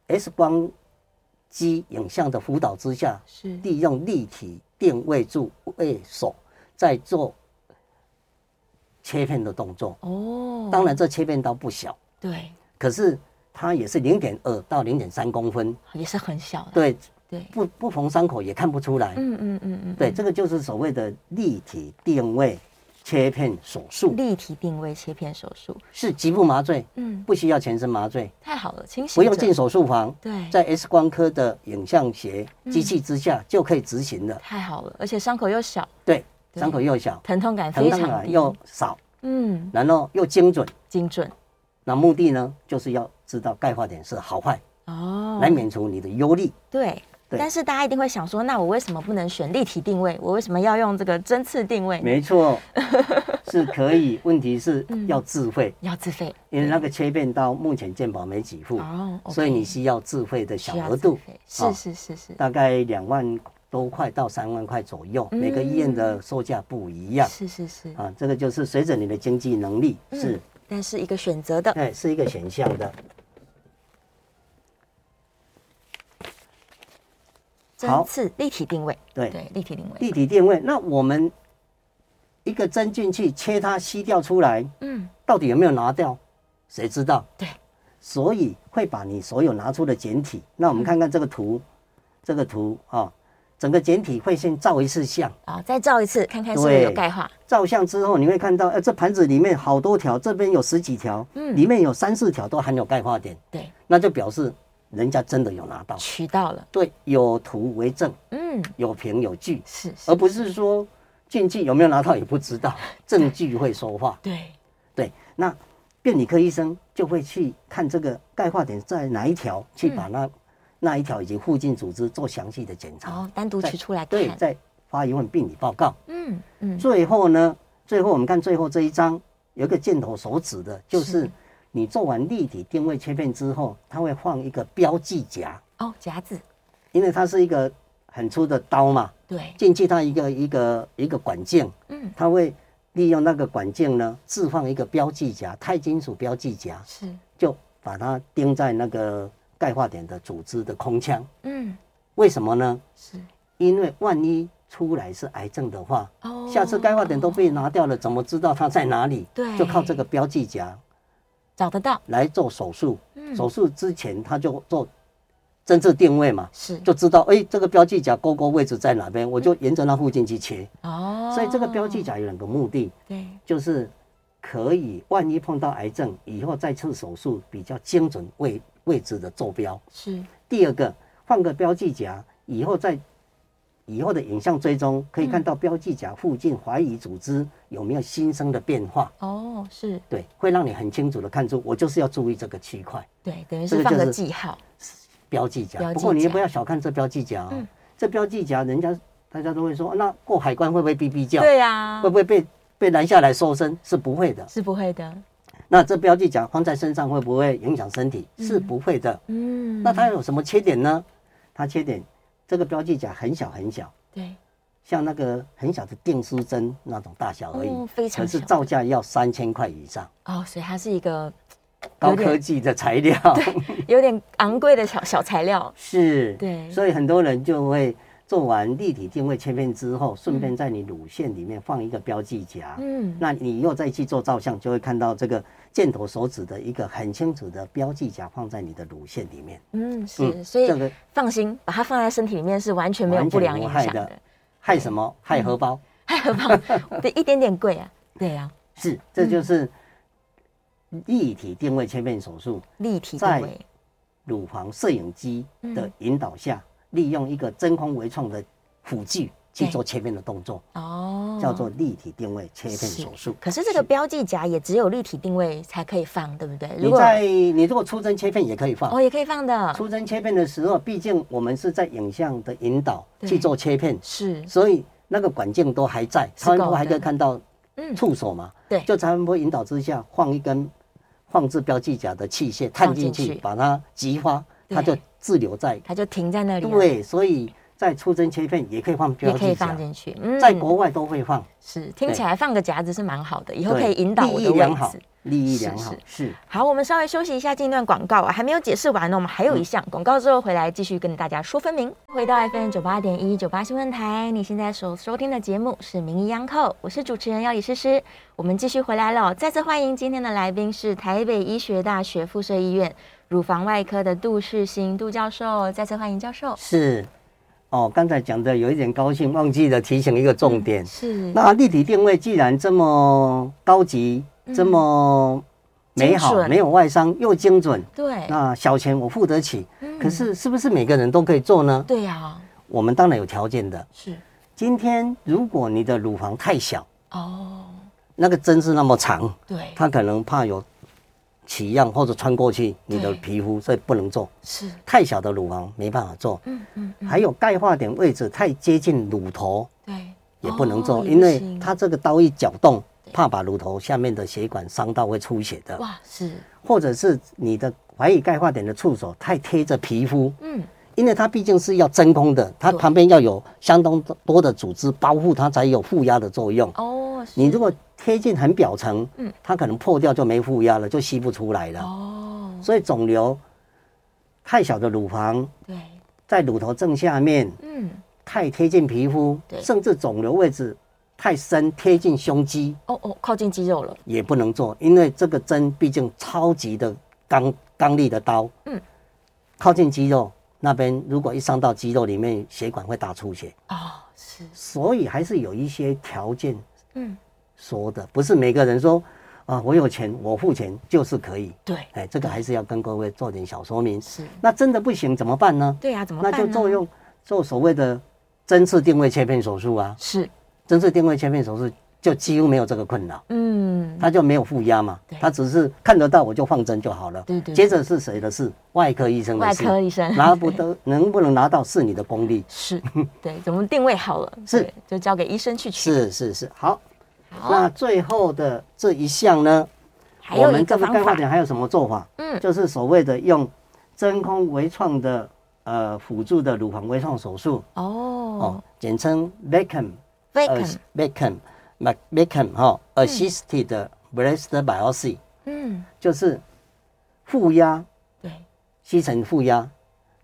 S3: X 光机影像的辅导之下，
S2: 是，
S3: 利用立体定位住位手，在做切片的动作。
S2: 哦，
S3: 当然，，这切片刀不小，
S2: 对，
S3: 可是它也是零点二到零点三公分，
S2: 也是很小的，
S3: 对，
S2: 对，
S3: 不不缝伤口也看不出来。
S2: 嗯嗯嗯嗯，
S3: 对，
S2: 嗯
S3: 这个就是所谓的立体定位切片手术，
S2: 立体定位切片手术，
S3: 是局部麻醉，
S2: 嗯，
S3: 不需要全身麻醉，
S2: 太好了，清醒，
S3: 不用进，手术房，
S2: 对，
S3: 在 X 光科的影像学机器之下就可以执行了。
S2: 太好了，而且伤口又小，
S3: 对，
S2: 对
S3: 伤口又小，
S2: 疼痛感
S3: 疼
S2: 非
S3: 痛
S2: 常
S3: 感
S2: 低，
S3: 又少，
S2: 嗯，
S3: 然后又精准。
S2: 精准，
S3: 那目的呢，就是要知道钙化点是好坏，
S2: 哦，
S3: 来免除你的忧虑。
S2: 对，
S3: 对
S2: 但是大家一定会想说，那我为什么不能选立体定位？我为什么要用这个针刺定位呢？
S3: 没错， <laughs> 是可以。问题是
S2: 嗯
S3: 要智慧，
S2: 要自费
S3: 因为那个切片刀目前健保没几副，
S2: 哦，OK，
S3: 所以你需要智慧的小
S2: 需要
S3: 额
S2: 自
S3: 度
S2: 费，是
S3: 哦
S2: 是是是
S3: 大概两万多块到三万块左右，
S2: 嗯
S3: 每个医院的售价不一样。
S2: 是是是，
S3: 啊，这个就是随着你的经济能力
S2: 嗯
S3: 是，
S2: 但是一个选择的，
S3: 哎，是一个选项的。
S2: 针
S3: 好
S2: 刺立体定位，
S3: 对，
S2: 对，立体定位，
S3: 立体定位。那我们一个针进去切它吸掉出来，
S2: 嗯，
S3: 到底有没有拿掉？谁知道？
S2: 对，
S3: 所以会把你所有拿出的简体。那我们看看这个图，这个图啊，整个简体会先照一次相，
S2: 啊，再照一次，看看是不是
S3: 对
S2: 有钙化，
S3: 照相之后你会看到，哎、这盘子里面好多条，这边有十几条，
S2: 嗯
S3: 里面有三四条都含有钙化点，
S2: 对，
S3: 那就表示人家真的有拿到。
S2: 取到了，
S3: 对，有图为证，
S2: 嗯，
S3: 有凭有据，
S2: 是是
S3: 而，不是说进去有没有拿到也不知道，证据会说话。
S2: 对，
S3: 对，那病理科医生就会去看这个钙化点在哪一条，去
S2: 嗯
S3: 把那、那一条以及附近组织做详细的检
S2: 然
S3: 查
S2: 后，单独
S3: 再
S2: 取出来
S3: 对，
S2: 看，
S3: 再发一份病理报告。
S2: 嗯嗯，
S3: 最后呢，最后我们看最后这一张，有一个箭头手指的，就是是你做完立体定位切片之后，它会放一个标记夹，
S2: 哦，夹子，
S3: 因为它是一个很粗的刀嘛，
S2: 对，
S3: 进去它一个一个一个管径，
S2: 嗯，
S3: 它会利用那个管径呢置放一个标记夹，钛金属标记夹，
S2: 是，
S3: 就把它钉在那个钙化点的组织的空腔。
S2: 嗯
S3: 为什么呢？
S2: 是，
S3: 因为万一出来是癌症的话，
S2: 哦，
S3: 下次钙化点都被拿掉了，怎么知道它在哪里？
S2: 对
S3: 就靠这个标记夹
S2: 找得到，
S3: 来做手术。
S2: 嗯
S3: 手术之前，它就做针刺定位嘛，
S2: 是，
S3: 就知道哎、这个标记夹勾勾位置在哪边，我就沿着那附近去切。
S2: 嗯哦，
S3: 所以这个标记，夹有两个目的，
S2: 对，
S3: 就是可以万一碰到癌症以后再次手术比较精准位位置的坐标。
S2: 是，
S3: 第二个，换个标记夹，以后在以后的影像追踪可以
S2: 嗯
S3: 看到标记夹附近怀疑组织有没有新生的变化。
S2: 哦，是。
S3: 对，会让你很清楚的看出，我就是要注意这个区块
S2: 对，等于
S3: 这
S2: 是
S3: 个
S2: 放
S3: 就
S2: 个
S3: 是
S2: 记号，
S3: 标记夹。
S2: 标记
S3: 不过你也
S2: 夹
S3: 不要小看这标记夹、哦，
S2: 嗯
S3: 这标记夹人家大家都会说，哦那过海关会不会哔哔叫？
S2: 对啊呀
S3: 会，不会被被拦下来搜身？是不会的。
S2: 是不会的，
S3: 那这标记夹放在身上会不会影响身体？是不会的。
S2: 嗯，
S3: 那它有什么缺点呢？它缺点，这个标记夹很小很小，
S2: 对，
S3: 像那个很小的电梳针那种大小而已，
S2: 哦非常
S3: 可是
S2: 小
S3: 造价要三千块以上，
S2: 哦，所以它是一个
S3: 高
S2: 有点
S3: 科技的材
S2: <laughs>
S3: 料
S2: 有点昂贵的小小材料，
S3: 是。
S2: 对
S3: 所以很多人就会做完立体定位切片之后，顺便在你乳腺里面放一个标记夹。
S2: 嗯，
S3: 那你又再去做照相，就会看到这个箭头手指的一个很清楚的标记夹放在你的乳腺里面。
S2: 嗯是，
S3: 嗯
S2: 所以
S3: 这个
S2: 放心，把它放在身体里面是完全没有
S3: 完
S2: 不
S3: 全
S2: 良
S3: 无
S2: 影
S3: 害
S2: 响
S3: 的
S2: 的， <laughs>
S3: 害什
S2: 嗯
S3: 么？害荷包。
S2: 啊还何况对一点点贵啊，对呀，
S3: 是，这就是立体定位切片手术，
S2: 立体
S3: 在
S2: 定位，
S3: 乳房摄影机
S2: 嗯
S3: 的引导下，利用一个真空微创的辅具去
S2: 对
S3: 做切片的动作，
S2: 哦，
S3: 叫做立体定位切片手术。
S2: 可哦是这个标记夹也只有立体定位才可以放，对不对？
S3: 你在你如果出针切片也可以放
S2: 哦，，也可以放的，
S3: 出针切片的时候，毕竟我们是在影像的引导
S2: 对
S3: 去做切片，
S2: 是
S3: 所以那个管径都还在，
S2: 是
S3: 超音
S2: 够
S3: 波还可以
S2: 的
S3: 看到
S2: 嗯
S3: 触手嘛，
S2: 对
S3: 就超音波引导之下放一根放置标记夹的器械探进
S2: 放进
S3: 去，
S2: 去
S3: 把它激发，
S2: 对
S3: 它就滞留在
S2: 它就停在那里了，啊
S3: 对，所以在出针切片也可以放标
S2: 也可以
S3: 记
S2: 放
S3: 夹，
S2: 进去。嗯
S3: 在国外都会放，
S2: 是听
S3: 对
S2: 起来放个夹子是蛮好的，以
S3: 以
S2: 后可以引导我
S3: 利
S2: 的
S3: 益
S2: 位
S3: 良好
S2: 置。，
S3: 利益
S2: 是
S3: 良好是。
S2: 好，我们稍微休息一下，进一段广告啊，还没有解释完呢。我们还有一项广告之后回来继续跟大家说分明。嗯回到 FM 九八点一九八新闻台，你现在所收听的节目是《名医央叩》，我是主持人要李诗诗。我们继续回来了，再次欢迎今天的来宾是台北医学大学附设医院乳房外科的杜世新杜教授，再次欢迎教授。
S3: 是，哦，刚才讲的有一点高兴，忘记了提醒一个重点。
S2: 是
S3: 那立体定位既然这么高级，这么
S2: 嗯
S3: 美
S2: 精
S3: 好，
S2: 准
S3: 没有外伤又精准，
S2: 对，
S3: 那小钱我付得起。
S2: 嗯
S3: 可是是不是每个人都可以做呢？
S2: 对啊呀、
S3: 我们当然有条件的。
S2: 是
S3: 今天如果你的乳房太小，
S2: 哦，
S3: 那个针是那么长，
S2: 对，
S3: 它可能怕有起样或者穿过去你的
S2: 对
S3: 皮肤，所以不能做。
S2: 是，
S3: 太小的乳房没办法做，
S2: 嗯嗯嗯，
S3: 还有钙化点位置太接近乳头，
S2: 对，
S3: 也不能做，
S2: 哦也
S3: 因
S2: 不
S3: 为
S2: 行
S3: 它这个刀一搅动
S2: 对，
S3: 怕把乳头下面的血管伤到会出血的，
S2: 哇是，
S3: 或者是你的怀疑钙化点的触手太贴着皮肤，
S2: 嗯
S3: 因为它毕竟是要真空的，它
S2: 对
S3: 旁边要有相当多的组织包覆，它才有负压的作用。
S2: 哦，是
S3: 你如果贴近很表层
S2: 嗯，
S3: 它可能破掉就没负压了，就吸不出来了。
S2: 哦，
S3: 所以肿瘤太小的乳房
S2: 对，
S3: 在乳头正下面，
S2: 嗯，
S3: 太贴近皮肤
S2: 对，
S3: 甚至肿瘤位置太深贴近胸肌
S2: 哦哦，靠近肌肉了，
S3: 也不能做，因为这个针毕竟超级的刚刚力的刀，
S2: 嗯，
S3: 靠近肌肉那边如果一伤到肌肉里面，血管会大出血，
S2: 哦，是，
S3: 所以还是有一些条件
S2: 嗯，
S3: 说的，不是每个人说啊我有钱我付钱就是可以，
S2: 对，
S3: 哎，这个还是要跟各位做点小说明。
S2: 是，
S3: 那真的不行怎么办呢？
S2: 对啊呀、怎么
S3: 那
S2: 办
S3: 就
S2: 呢
S3: 做用做所谓的针刺定位切片手术啊。
S2: 是，
S3: 针刺定位切片手术就几乎没有这个困扰，
S2: 嗯，
S3: 它就没有负压嘛
S2: 对，
S3: 它只是看得到我就放针就好了。
S2: 对对对
S3: 接着是谁的事？外科医生的
S2: 外
S3: 事。
S2: 科医生
S3: 拿不得，能不能拿到是你的功力。
S2: 是，对，怎么定位好了，
S3: 是
S2: 对，就交给医生去取。
S3: 是是是，好。
S2: 好
S3: 那最后的这一项呢，
S2: 还
S3: 我
S2: 有一
S3: 们
S2: 个
S3: 这个
S2: 方
S3: 钙化
S2: 法，
S3: 点还有什么做法？
S2: 嗯
S3: 就是所谓的用真空微创的呃辅助的乳房微创手术哦呃
S2: 哦，
S3: 简称 VACAM
S2: v a c a n
S3: As- Beckham Mac Beckham 哈、assisted breast biopsy
S2: 嗯，
S3: 就是负压
S2: 对，
S3: 吸尘负压，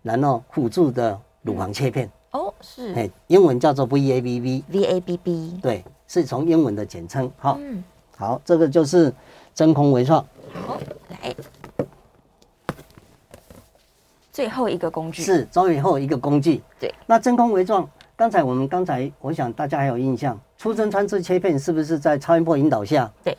S3: 然后辅助的乳房切片，
S2: 哦，是
S3: 哎、英文叫做 VABB，
S2: VABB，
S3: 对，是从英文的简称。好、
S2: 嗯，
S3: 好，这个就是真空微创，
S2: 好，来，最后一个工具，
S3: 是终于后一个工具。
S2: 嗯对，
S3: 那真空微创，刚才我们刚才我想大家还有印象，出针穿刺切片是不是在超音波引导下？
S2: 对，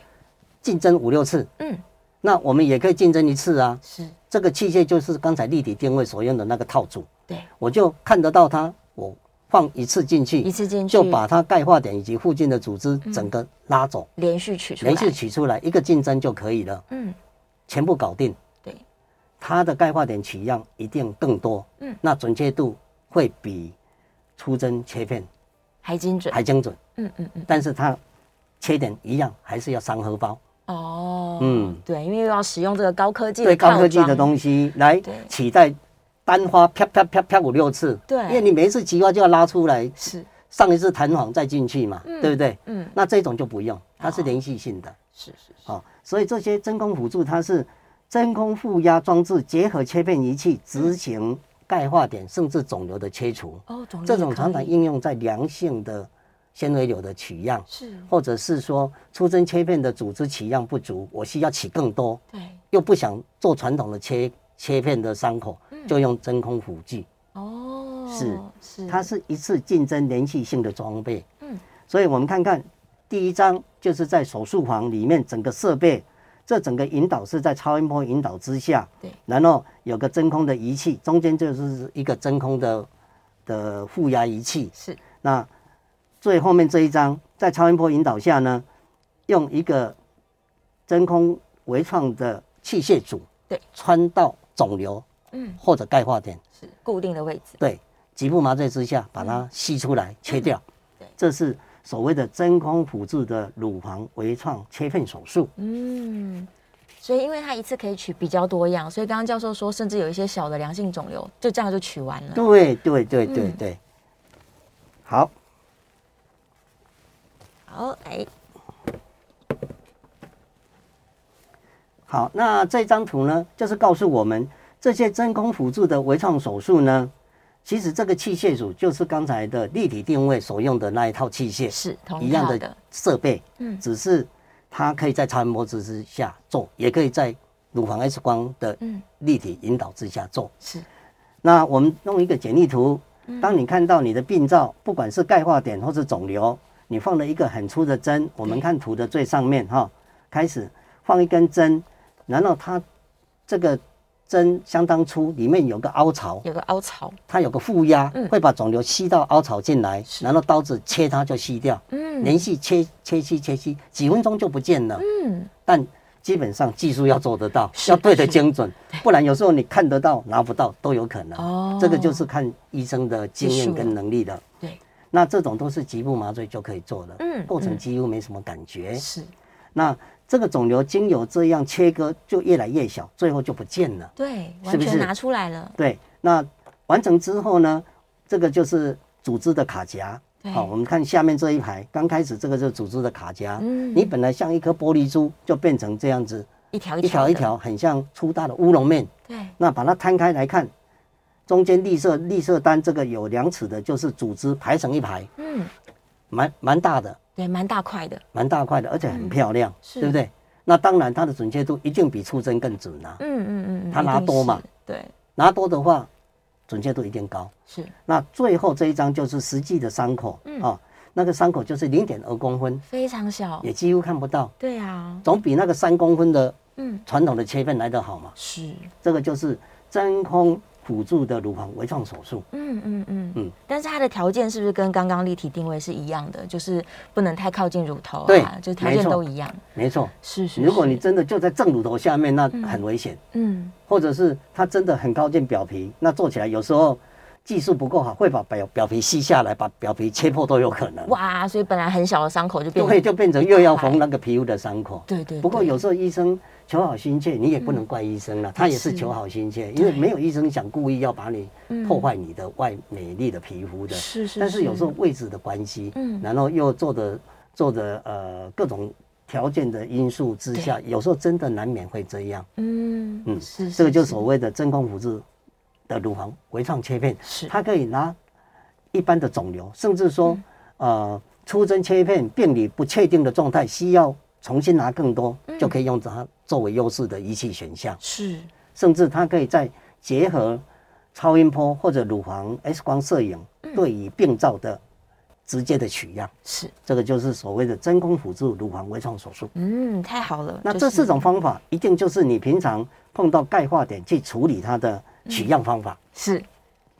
S3: 竞争五六次，
S2: 嗯，
S3: 那我们也可以竞争一次啊。
S2: 是，
S3: 这个器械就是刚才立体定位所用的那个套组，
S2: 对，
S3: 我就看得到它，我放一次进去，
S2: 一次进去嗯
S3: 就把它钙化点以及附近的组织整个拉走，
S2: 连续取出来，
S3: 连续取出来一个竞争就可以了，
S2: 嗯，
S3: 全部搞定。
S2: 对，
S3: 它的钙化点取样一定更多，
S2: 嗯
S3: 那准确度会比出针切片
S2: 还精准，
S3: 还精准，
S2: 嗯嗯嗯，
S3: 但是它缺点一样，还是要伤荷包。
S2: 哦，
S3: 嗯
S2: 对，因为又要使用这个高科技的
S3: 对高科技
S2: 套
S3: 的
S2: 装
S3: 东西来
S2: 对
S3: 取代单花啪啪啪啪五六次，
S2: 对
S3: 因为你每一次菊花就要拉出来，
S2: 是，
S3: 上一次弹簧再进去嘛，对不对？
S2: 嗯，哦
S3: 那这种就不用，它是连续性的
S2: 是是是，
S3: 哦，所以这些真空辅助它是真空负压装置结合切片仪器执行钙化点甚至肿瘤的切除，
S2: 嗯哦，肿瘤
S3: 这
S2: 也
S3: 种
S2: 可
S3: 常常
S2: 以
S3: 应用在良性的纤维瘤的取样。
S2: 是，
S3: 或者是说出针切片的组织取样不足，我需要取更多，
S2: 对，
S3: 又不想做传统的切切片的伤口，
S2: 嗯
S3: 就用真空辅具。
S2: 哦，
S3: 是
S2: 是，
S3: 它是一次竞争连续性的装备。
S2: 嗯，
S3: 所以我们看看第一章，就是在手术房里面整个设备这整个引导是在超音波引导之下，
S2: 对，
S3: 然后有个真空的仪器，中间就是一个真空的的负压仪器，
S2: 是
S3: 那最后面这一张，在超音波引导下呢，用一个真空微创的器械组，
S2: 对，
S3: 穿到肿瘤，
S2: 嗯，
S3: 或者钙化点，
S2: 是固定的位置，
S3: 对，局部麻醉之下把它吸出来、切掉，
S2: 对
S3: 这是所谓的真空辅助的乳房微创切片手术。
S2: 嗯。所以，因为它一次可以取比较多样，所以刚刚教授说，甚至有一些小的良性肿瘤，就这样就取完了。
S3: 对对对对
S2: 嗯
S3: 对，好，
S2: 好，哎，
S3: 好，那这张图呢，就是告诉我们这些真空辅助的微创手术呢，其实这个器械组就是刚才的立体定位所用的那一套器械，
S2: 是同
S3: 一样
S2: 套
S3: 的设备，
S2: 嗯
S3: 只是它可以在超音波之下做，也可以在乳房 X 光的
S2: 嗯，
S3: 立体引导之下做。
S2: 是
S3: 那我们弄一个简易图，
S2: 嗯
S3: 当你看到你的病灶，不管是钙化点或是肿瘤，你放了一个很粗的针，我们看图的最上面哈，开始放一根针，然后它这个针相当粗，里面有个凹槽，
S2: 有个凹槽，
S3: 它有个负压
S2: 嗯，
S3: 会把肿瘤吸到凹槽进来，然后刀子切它就吸掉，
S2: 嗯
S3: 连续切切吸切吸，几分钟就不见了。
S2: 嗯，
S3: 但基本上技术要做得到，
S2: 是
S3: 要对得
S2: 是
S3: 精准，不然有时候你看得到拿不到都有可能。
S2: 哦
S3: 这个就是看医生的经
S2: 技术
S3: 验
S2: 了
S3: 跟能力的。
S2: 对，
S3: 那这种都是局部麻醉就可以做的，
S2: 嗯
S3: 过程
S2: 嗯
S3: 几乎没什么感觉。
S2: 是，
S3: 那这个肿瘤经由这样切割就越来越小，最后就不见了。
S2: 对，
S3: 是
S2: 完
S3: 不
S2: 全
S3: 是
S2: 拿出来了，
S3: 对，那完成之后呢，这个就是组织的卡夹。
S2: 对
S3: 好、我们看下面这一排，刚开始这个就是组织的卡夹，
S2: 嗯
S3: 你本来像一颗玻璃珠，就变成这样子，
S2: 一条
S3: 一条
S2: 的
S3: 一，条，很像粗大的乌龙面。
S2: 对，
S3: 那把它摊开来看，中间绿色绿色单这个有两尺的，就是组织排成一排，
S2: 嗯，
S3: 蛮蛮大的，
S2: 对，蛮大块的，
S3: 蛮大块的，而且很漂亮，
S2: 嗯是
S3: 对不对？那当然，它的准确度一定比出针更准啦、
S2: 嗯嗯嗯嗯，
S3: 它
S2: 一
S3: 拿
S2: 定
S3: 多
S2: 是
S3: 嘛，
S2: 对，
S3: 拿多的话，准确度一定高。
S2: 是
S3: 那最后这一张就是实际的伤口，
S2: 嗯
S3: 哦，那个伤口就是零点二公分，
S2: 非常小，
S3: 也几乎看不到，
S2: 对啊，
S3: 总比那个三公分的
S2: 嗯，
S3: 传统的切片来得好嘛。
S2: 是，
S3: 这个就是真空辅助的乳房微创手术。
S2: 嗯嗯嗯嗯
S3: 嗯，
S2: 但是它的条件是不是跟刚刚立体定位是一样的？就是不能太靠近乳头
S3: 对
S2: 啊，就条
S3: 没
S2: 件
S3: 错
S2: 都一样，
S3: 没错，
S2: 是是，
S3: 如果
S2: 是
S3: 你真的就在正乳头下面，那很危险；
S2: 嗯
S3: 或者是它真的很靠近表皮，那做起来有时候技术不够好，会把表表皮吸下来，把表皮切破都有可能。
S2: 哇，所以本来很小的伤口就变
S3: 就
S2: 成
S3: 会就变成又要缝那个皮肤的伤口。
S2: 对对，
S3: 不过
S2: 对
S3: 有时候医生求好心切，你也不能怪医
S2: 嗯
S3: 生了，他也是求好心切，因为没有医生想故意要把你
S2: 嗯
S3: 破坏你的外美丽的皮肤的。
S2: 是是，
S3: 但是有时候位置的关系，
S2: 嗯
S3: 然后又做的做的呃各种条件的因素之下，有时候真的难免会这样，
S2: 嗯
S3: 嗯，
S2: 是
S3: 这个就是所谓的真空辅助的乳房微创切片，
S2: 是
S3: 它可以拿一般的肿瘤，甚至说、
S2: 嗯
S3: 呃出针切片病理不确定的状态，需要重新拿更多，
S2: 嗯
S3: 就可以用它作为优势的仪器选项。
S2: 是
S3: 甚至它可以再结合超音波或者乳房 X 光摄影
S2: 嗯
S3: 对于病灶的直接的取样，
S2: 是，
S3: 这个就是所谓的真空辅助乳房微创手术。
S2: 嗯，太好了。
S3: 那
S2: 就
S3: 这
S2: 是
S3: 四种方法一定就是你平常碰到钙化点去处理它的取样方法。
S2: 是。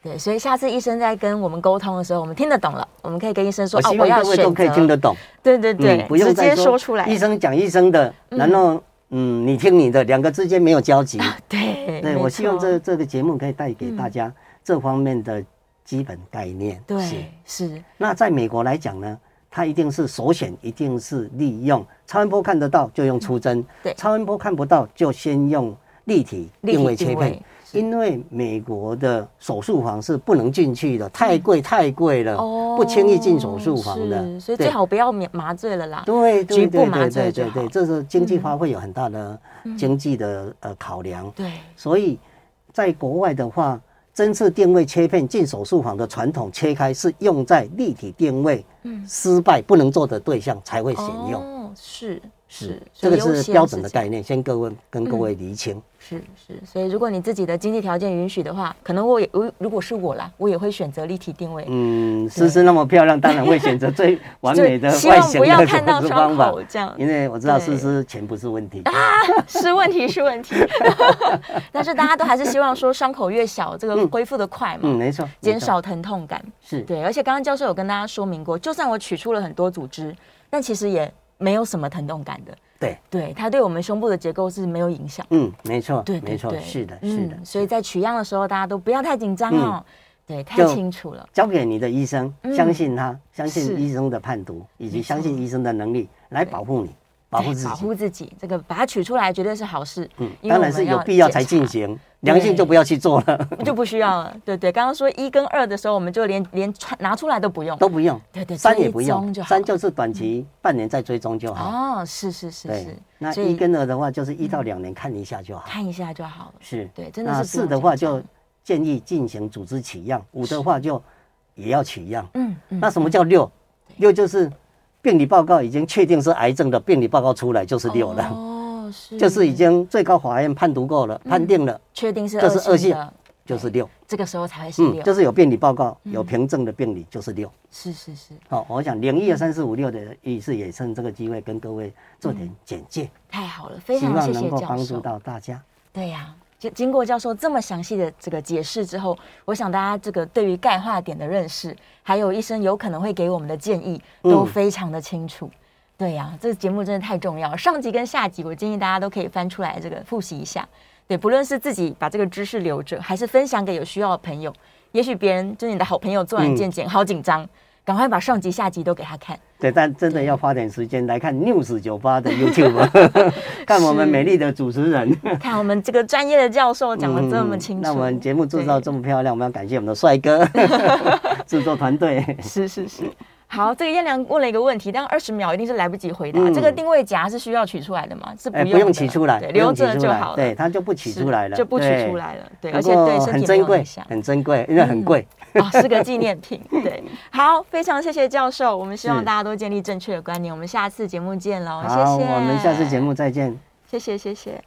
S2: 对，所以下次医生在跟我们沟通的时候，我们听得懂了，我们可以跟医生说
S3: 我
S2: 哦
S3: 希，
S2: 我
S3: 望
S2: 要
S3: 各位都
S2: 选
S3: 可以听
S2: 择，
S3: 得懂，
S2: 对对对，
S3: 嗯，不用
S2: 直
S3: 再
S2: 接说出来，
S3: 医生讲医生的，然后嗯，你听你的，两个之间没有交集。
S2: <laughs> 对，
S3: 对，
S2: 没
S3: 我希望
S2: 错
S3: 这
S2: 嗯
S3: 这个节目可以带给大家这方面的基本概念。是
S2: 对是
S3: 那在美国来讲呢，它一定是首选，一定是利用超音波看得到就用出针，
S2: 对
S3: 超音波看不到就先用立体
S2: 立体
S3: 定位
S2: 定
S3: 切片
S2: 位。是
S3: 因为美国的手术房是不能进去
S2: 嗯
S3: 的，太贵太贵了，嗯不轻易进手术房的，
S2: 哦是所以
S3: 对
S2: 最好不要麻麻醉了啦。
S3: 对
S2: 局
S3: 对
S2: 部
S3: 对
S2: 麻
S3: 对
S2: 醉
S3: 对
S2: 就好嗯
S3: 对对，这是经济花费有很大的经济的呃考量，
S2: 对，
S3: 所以在国外的话，针刺定位切片进手术房的传统切开是用在立体定位
S2: 嗯
S3: 失败不能做的对象才会选用。
S2: 哦，是是所
S3: 这
S2: 以
S3: 个
S2: 优
S3: 是
S2: 先
S3: 标准的
S2: 事情
S3: 概念，先各位跟各位厘清。
S2: 是是，所以如果你自己的经济条件允许的话，可能我也我如果是我啦，我也会选择立体定位。
S3: 嗯，思思那么漂亮，当然会选择最完美的
S2: 就希
S3: 外
S2: 望
S3: 显
S2: 不要
S3: 的
S2: 看到
S3: 投资
S2: 窗
S3: 方法
S2: 口，这
S3: <laughs>
S2: 样，
S3: 因为我知道
S2: 对
S3: 思思钱不是问
S2: <laughs>
S3: 题。
S2: 是问题是问题。 <laughs> 但是大家都还是希望说伤口越小，这个
S3: 嗯
S2: 恢复的快嘛，
S3: 嗯，没错，没
S2: 减
S3: 错
S2: 少疼痛感。
S3: 是
S2: 对，而且刚刚教授有跟大家说明过，就算我取出了很多组织，但其实也没有什么疼痛感的。
S3: 对，
S2: 对，它对我们胸部的结构是没有影响。
S3: 嗯，没错，
S2: 对对
S3: 没错
S2: 对，
S3: 是的，
S2: 嗯
S3: 是的。嗯
S2: 所以在取样的时候，大家都不要太紧张哦。对，太
S3: 就
S2: 清楚了。
S3: 交给你的医生，
S2: 嗯
S3: 相信他，相
S2: 是
S3: 信医生的判读，以及
S2: 没错
S3: 相信医生的能力来保护你，保护
S2: 对
S3: 自
S2: 保
S3: 己。
S2: 护自己，这个把它取出来绝对是好事。
S3: 嗯，
S2: 因为
S3: 当
S2: 我们
S3: 然是有
S2: 要
S3: 必要
S2: 检
S3: 才进
S2: 查
S3: 行，良性就不要去做了，
S2: 就不需要了。对对，刚刚说一跟二的时候，我们就连连穿拿出来都不用。
S3: <laughs> 都不用。
S2: 对对，
S3: 三
S2: 追
S3: 也不用
S2: 踪，就好嗯
S3: 三就是短期半年再追踪就好。
S2: 哦，是是是
S3: 对
S2: 是，，
S3: 那
S2: 所
S3: 一
S2: 以嗯
S3: 跟二的话就是一到两年看一下就好。
S2: 看一下就好了。
S3: 是，
S2: 对真的
S3: 那
S2: 是不用
S3: 四的话
S2: 紧张
S3: 就建议进行组织取样，五的话就也要取样。
S2: 嗯嗯，
S3: 那什么叫六？六就是病理报告已经确定是癌症的病理报告出来就是六了。
S2: 哦，是
S3: 就是已经最高法院判读过了，
S2: 嗯
S3: 判定了
S2: 确定是
S3: 这是
S2: 恶
S3: 恶
S2: 性
S3: 性
S2: 的，
S3: 就是六，
S2: 这个时候才会是
S3: 嗯，
S2: 六。嗯
S3: 就是有病理报告、有凭证的病理就是六。
S2: 是是是，
S3: 好，我想零
S2: 嗯
S3: 一二三四五六的意思也趁这个机会跟各位做点简介，
S2: 太好了，嗯非
S3: 希
S2: 常
S3: 望
S2: 谢
S3: 能
S2: 谢
S3: 够
S2: 教
S3: 帮助
S2: 授。
S3: 到大家。
S2: 对呀、经经过教授这么详细的这个解释之后，我想大家这个对于钙化点的认识，还有医生有可能会给我们的建议，都
S3: 嗯
S2: 非常的清楚。对呀、这个节目真的太重要了。上集跟下集，我建议大家都可以翻出来这个复习一下。对，不论是自己把这个知识留着，还是分享给有需要的朋友，也许别人就是你的好朋友做完
S3: 嗯
S2: 健检、好紧张，赶快把上集下集都给他看。
S3: 对，但真的要花点时间来看 News 酒
S2: <laughs>
S3: 吧的 YouTube，看我们美丽的主持人
S2: 看我们这个专业的教授讲的这么
S3: 嗯
S2: 清楚，
S3: <laughs> 那我们节目制造
S2: 对
S3: 这么漂亮，我们要感谢我们的帅
S2: <laughs>
S3: 哥制作团队。
S2: 是是是。好，这个燕良问了一个问题，但二十秒一定是来不及回答。
S3: 嗯
S2: 这个定位夹是需要取出来的吗？是不
S3: 哎，
S2: 用,、
S3: 不用取出来，
S2: 对，
S3: 不用
S2: 留
S3: 取
S2: 着
S3: 出
S2: 就
S3: 来
S2: 好了。
S3: 对，它就不取
S2: 是
S3: 出来了，
S2: 就不取
S3: 对
S2: 出来了。对，
S3: 不
S2: 而且
S3: 过
S2: 对身
S3: 很
S2: 体没
S3: 珍
S2: 有
S3: 贵
S2: 影响，
S3: 很珍贵，因为很贵。
S2: 哦，是个纪念
S3: <laughs>
S2: 品。对，好，非常谢谢教授，我们希望
S3: 是
S2: 大家都建立正确的观念。我们下次节目见喽，谢
S3: 好，
S2: 谢。
S3: 我们下次节目再见。
S2: 谢谢谢谢。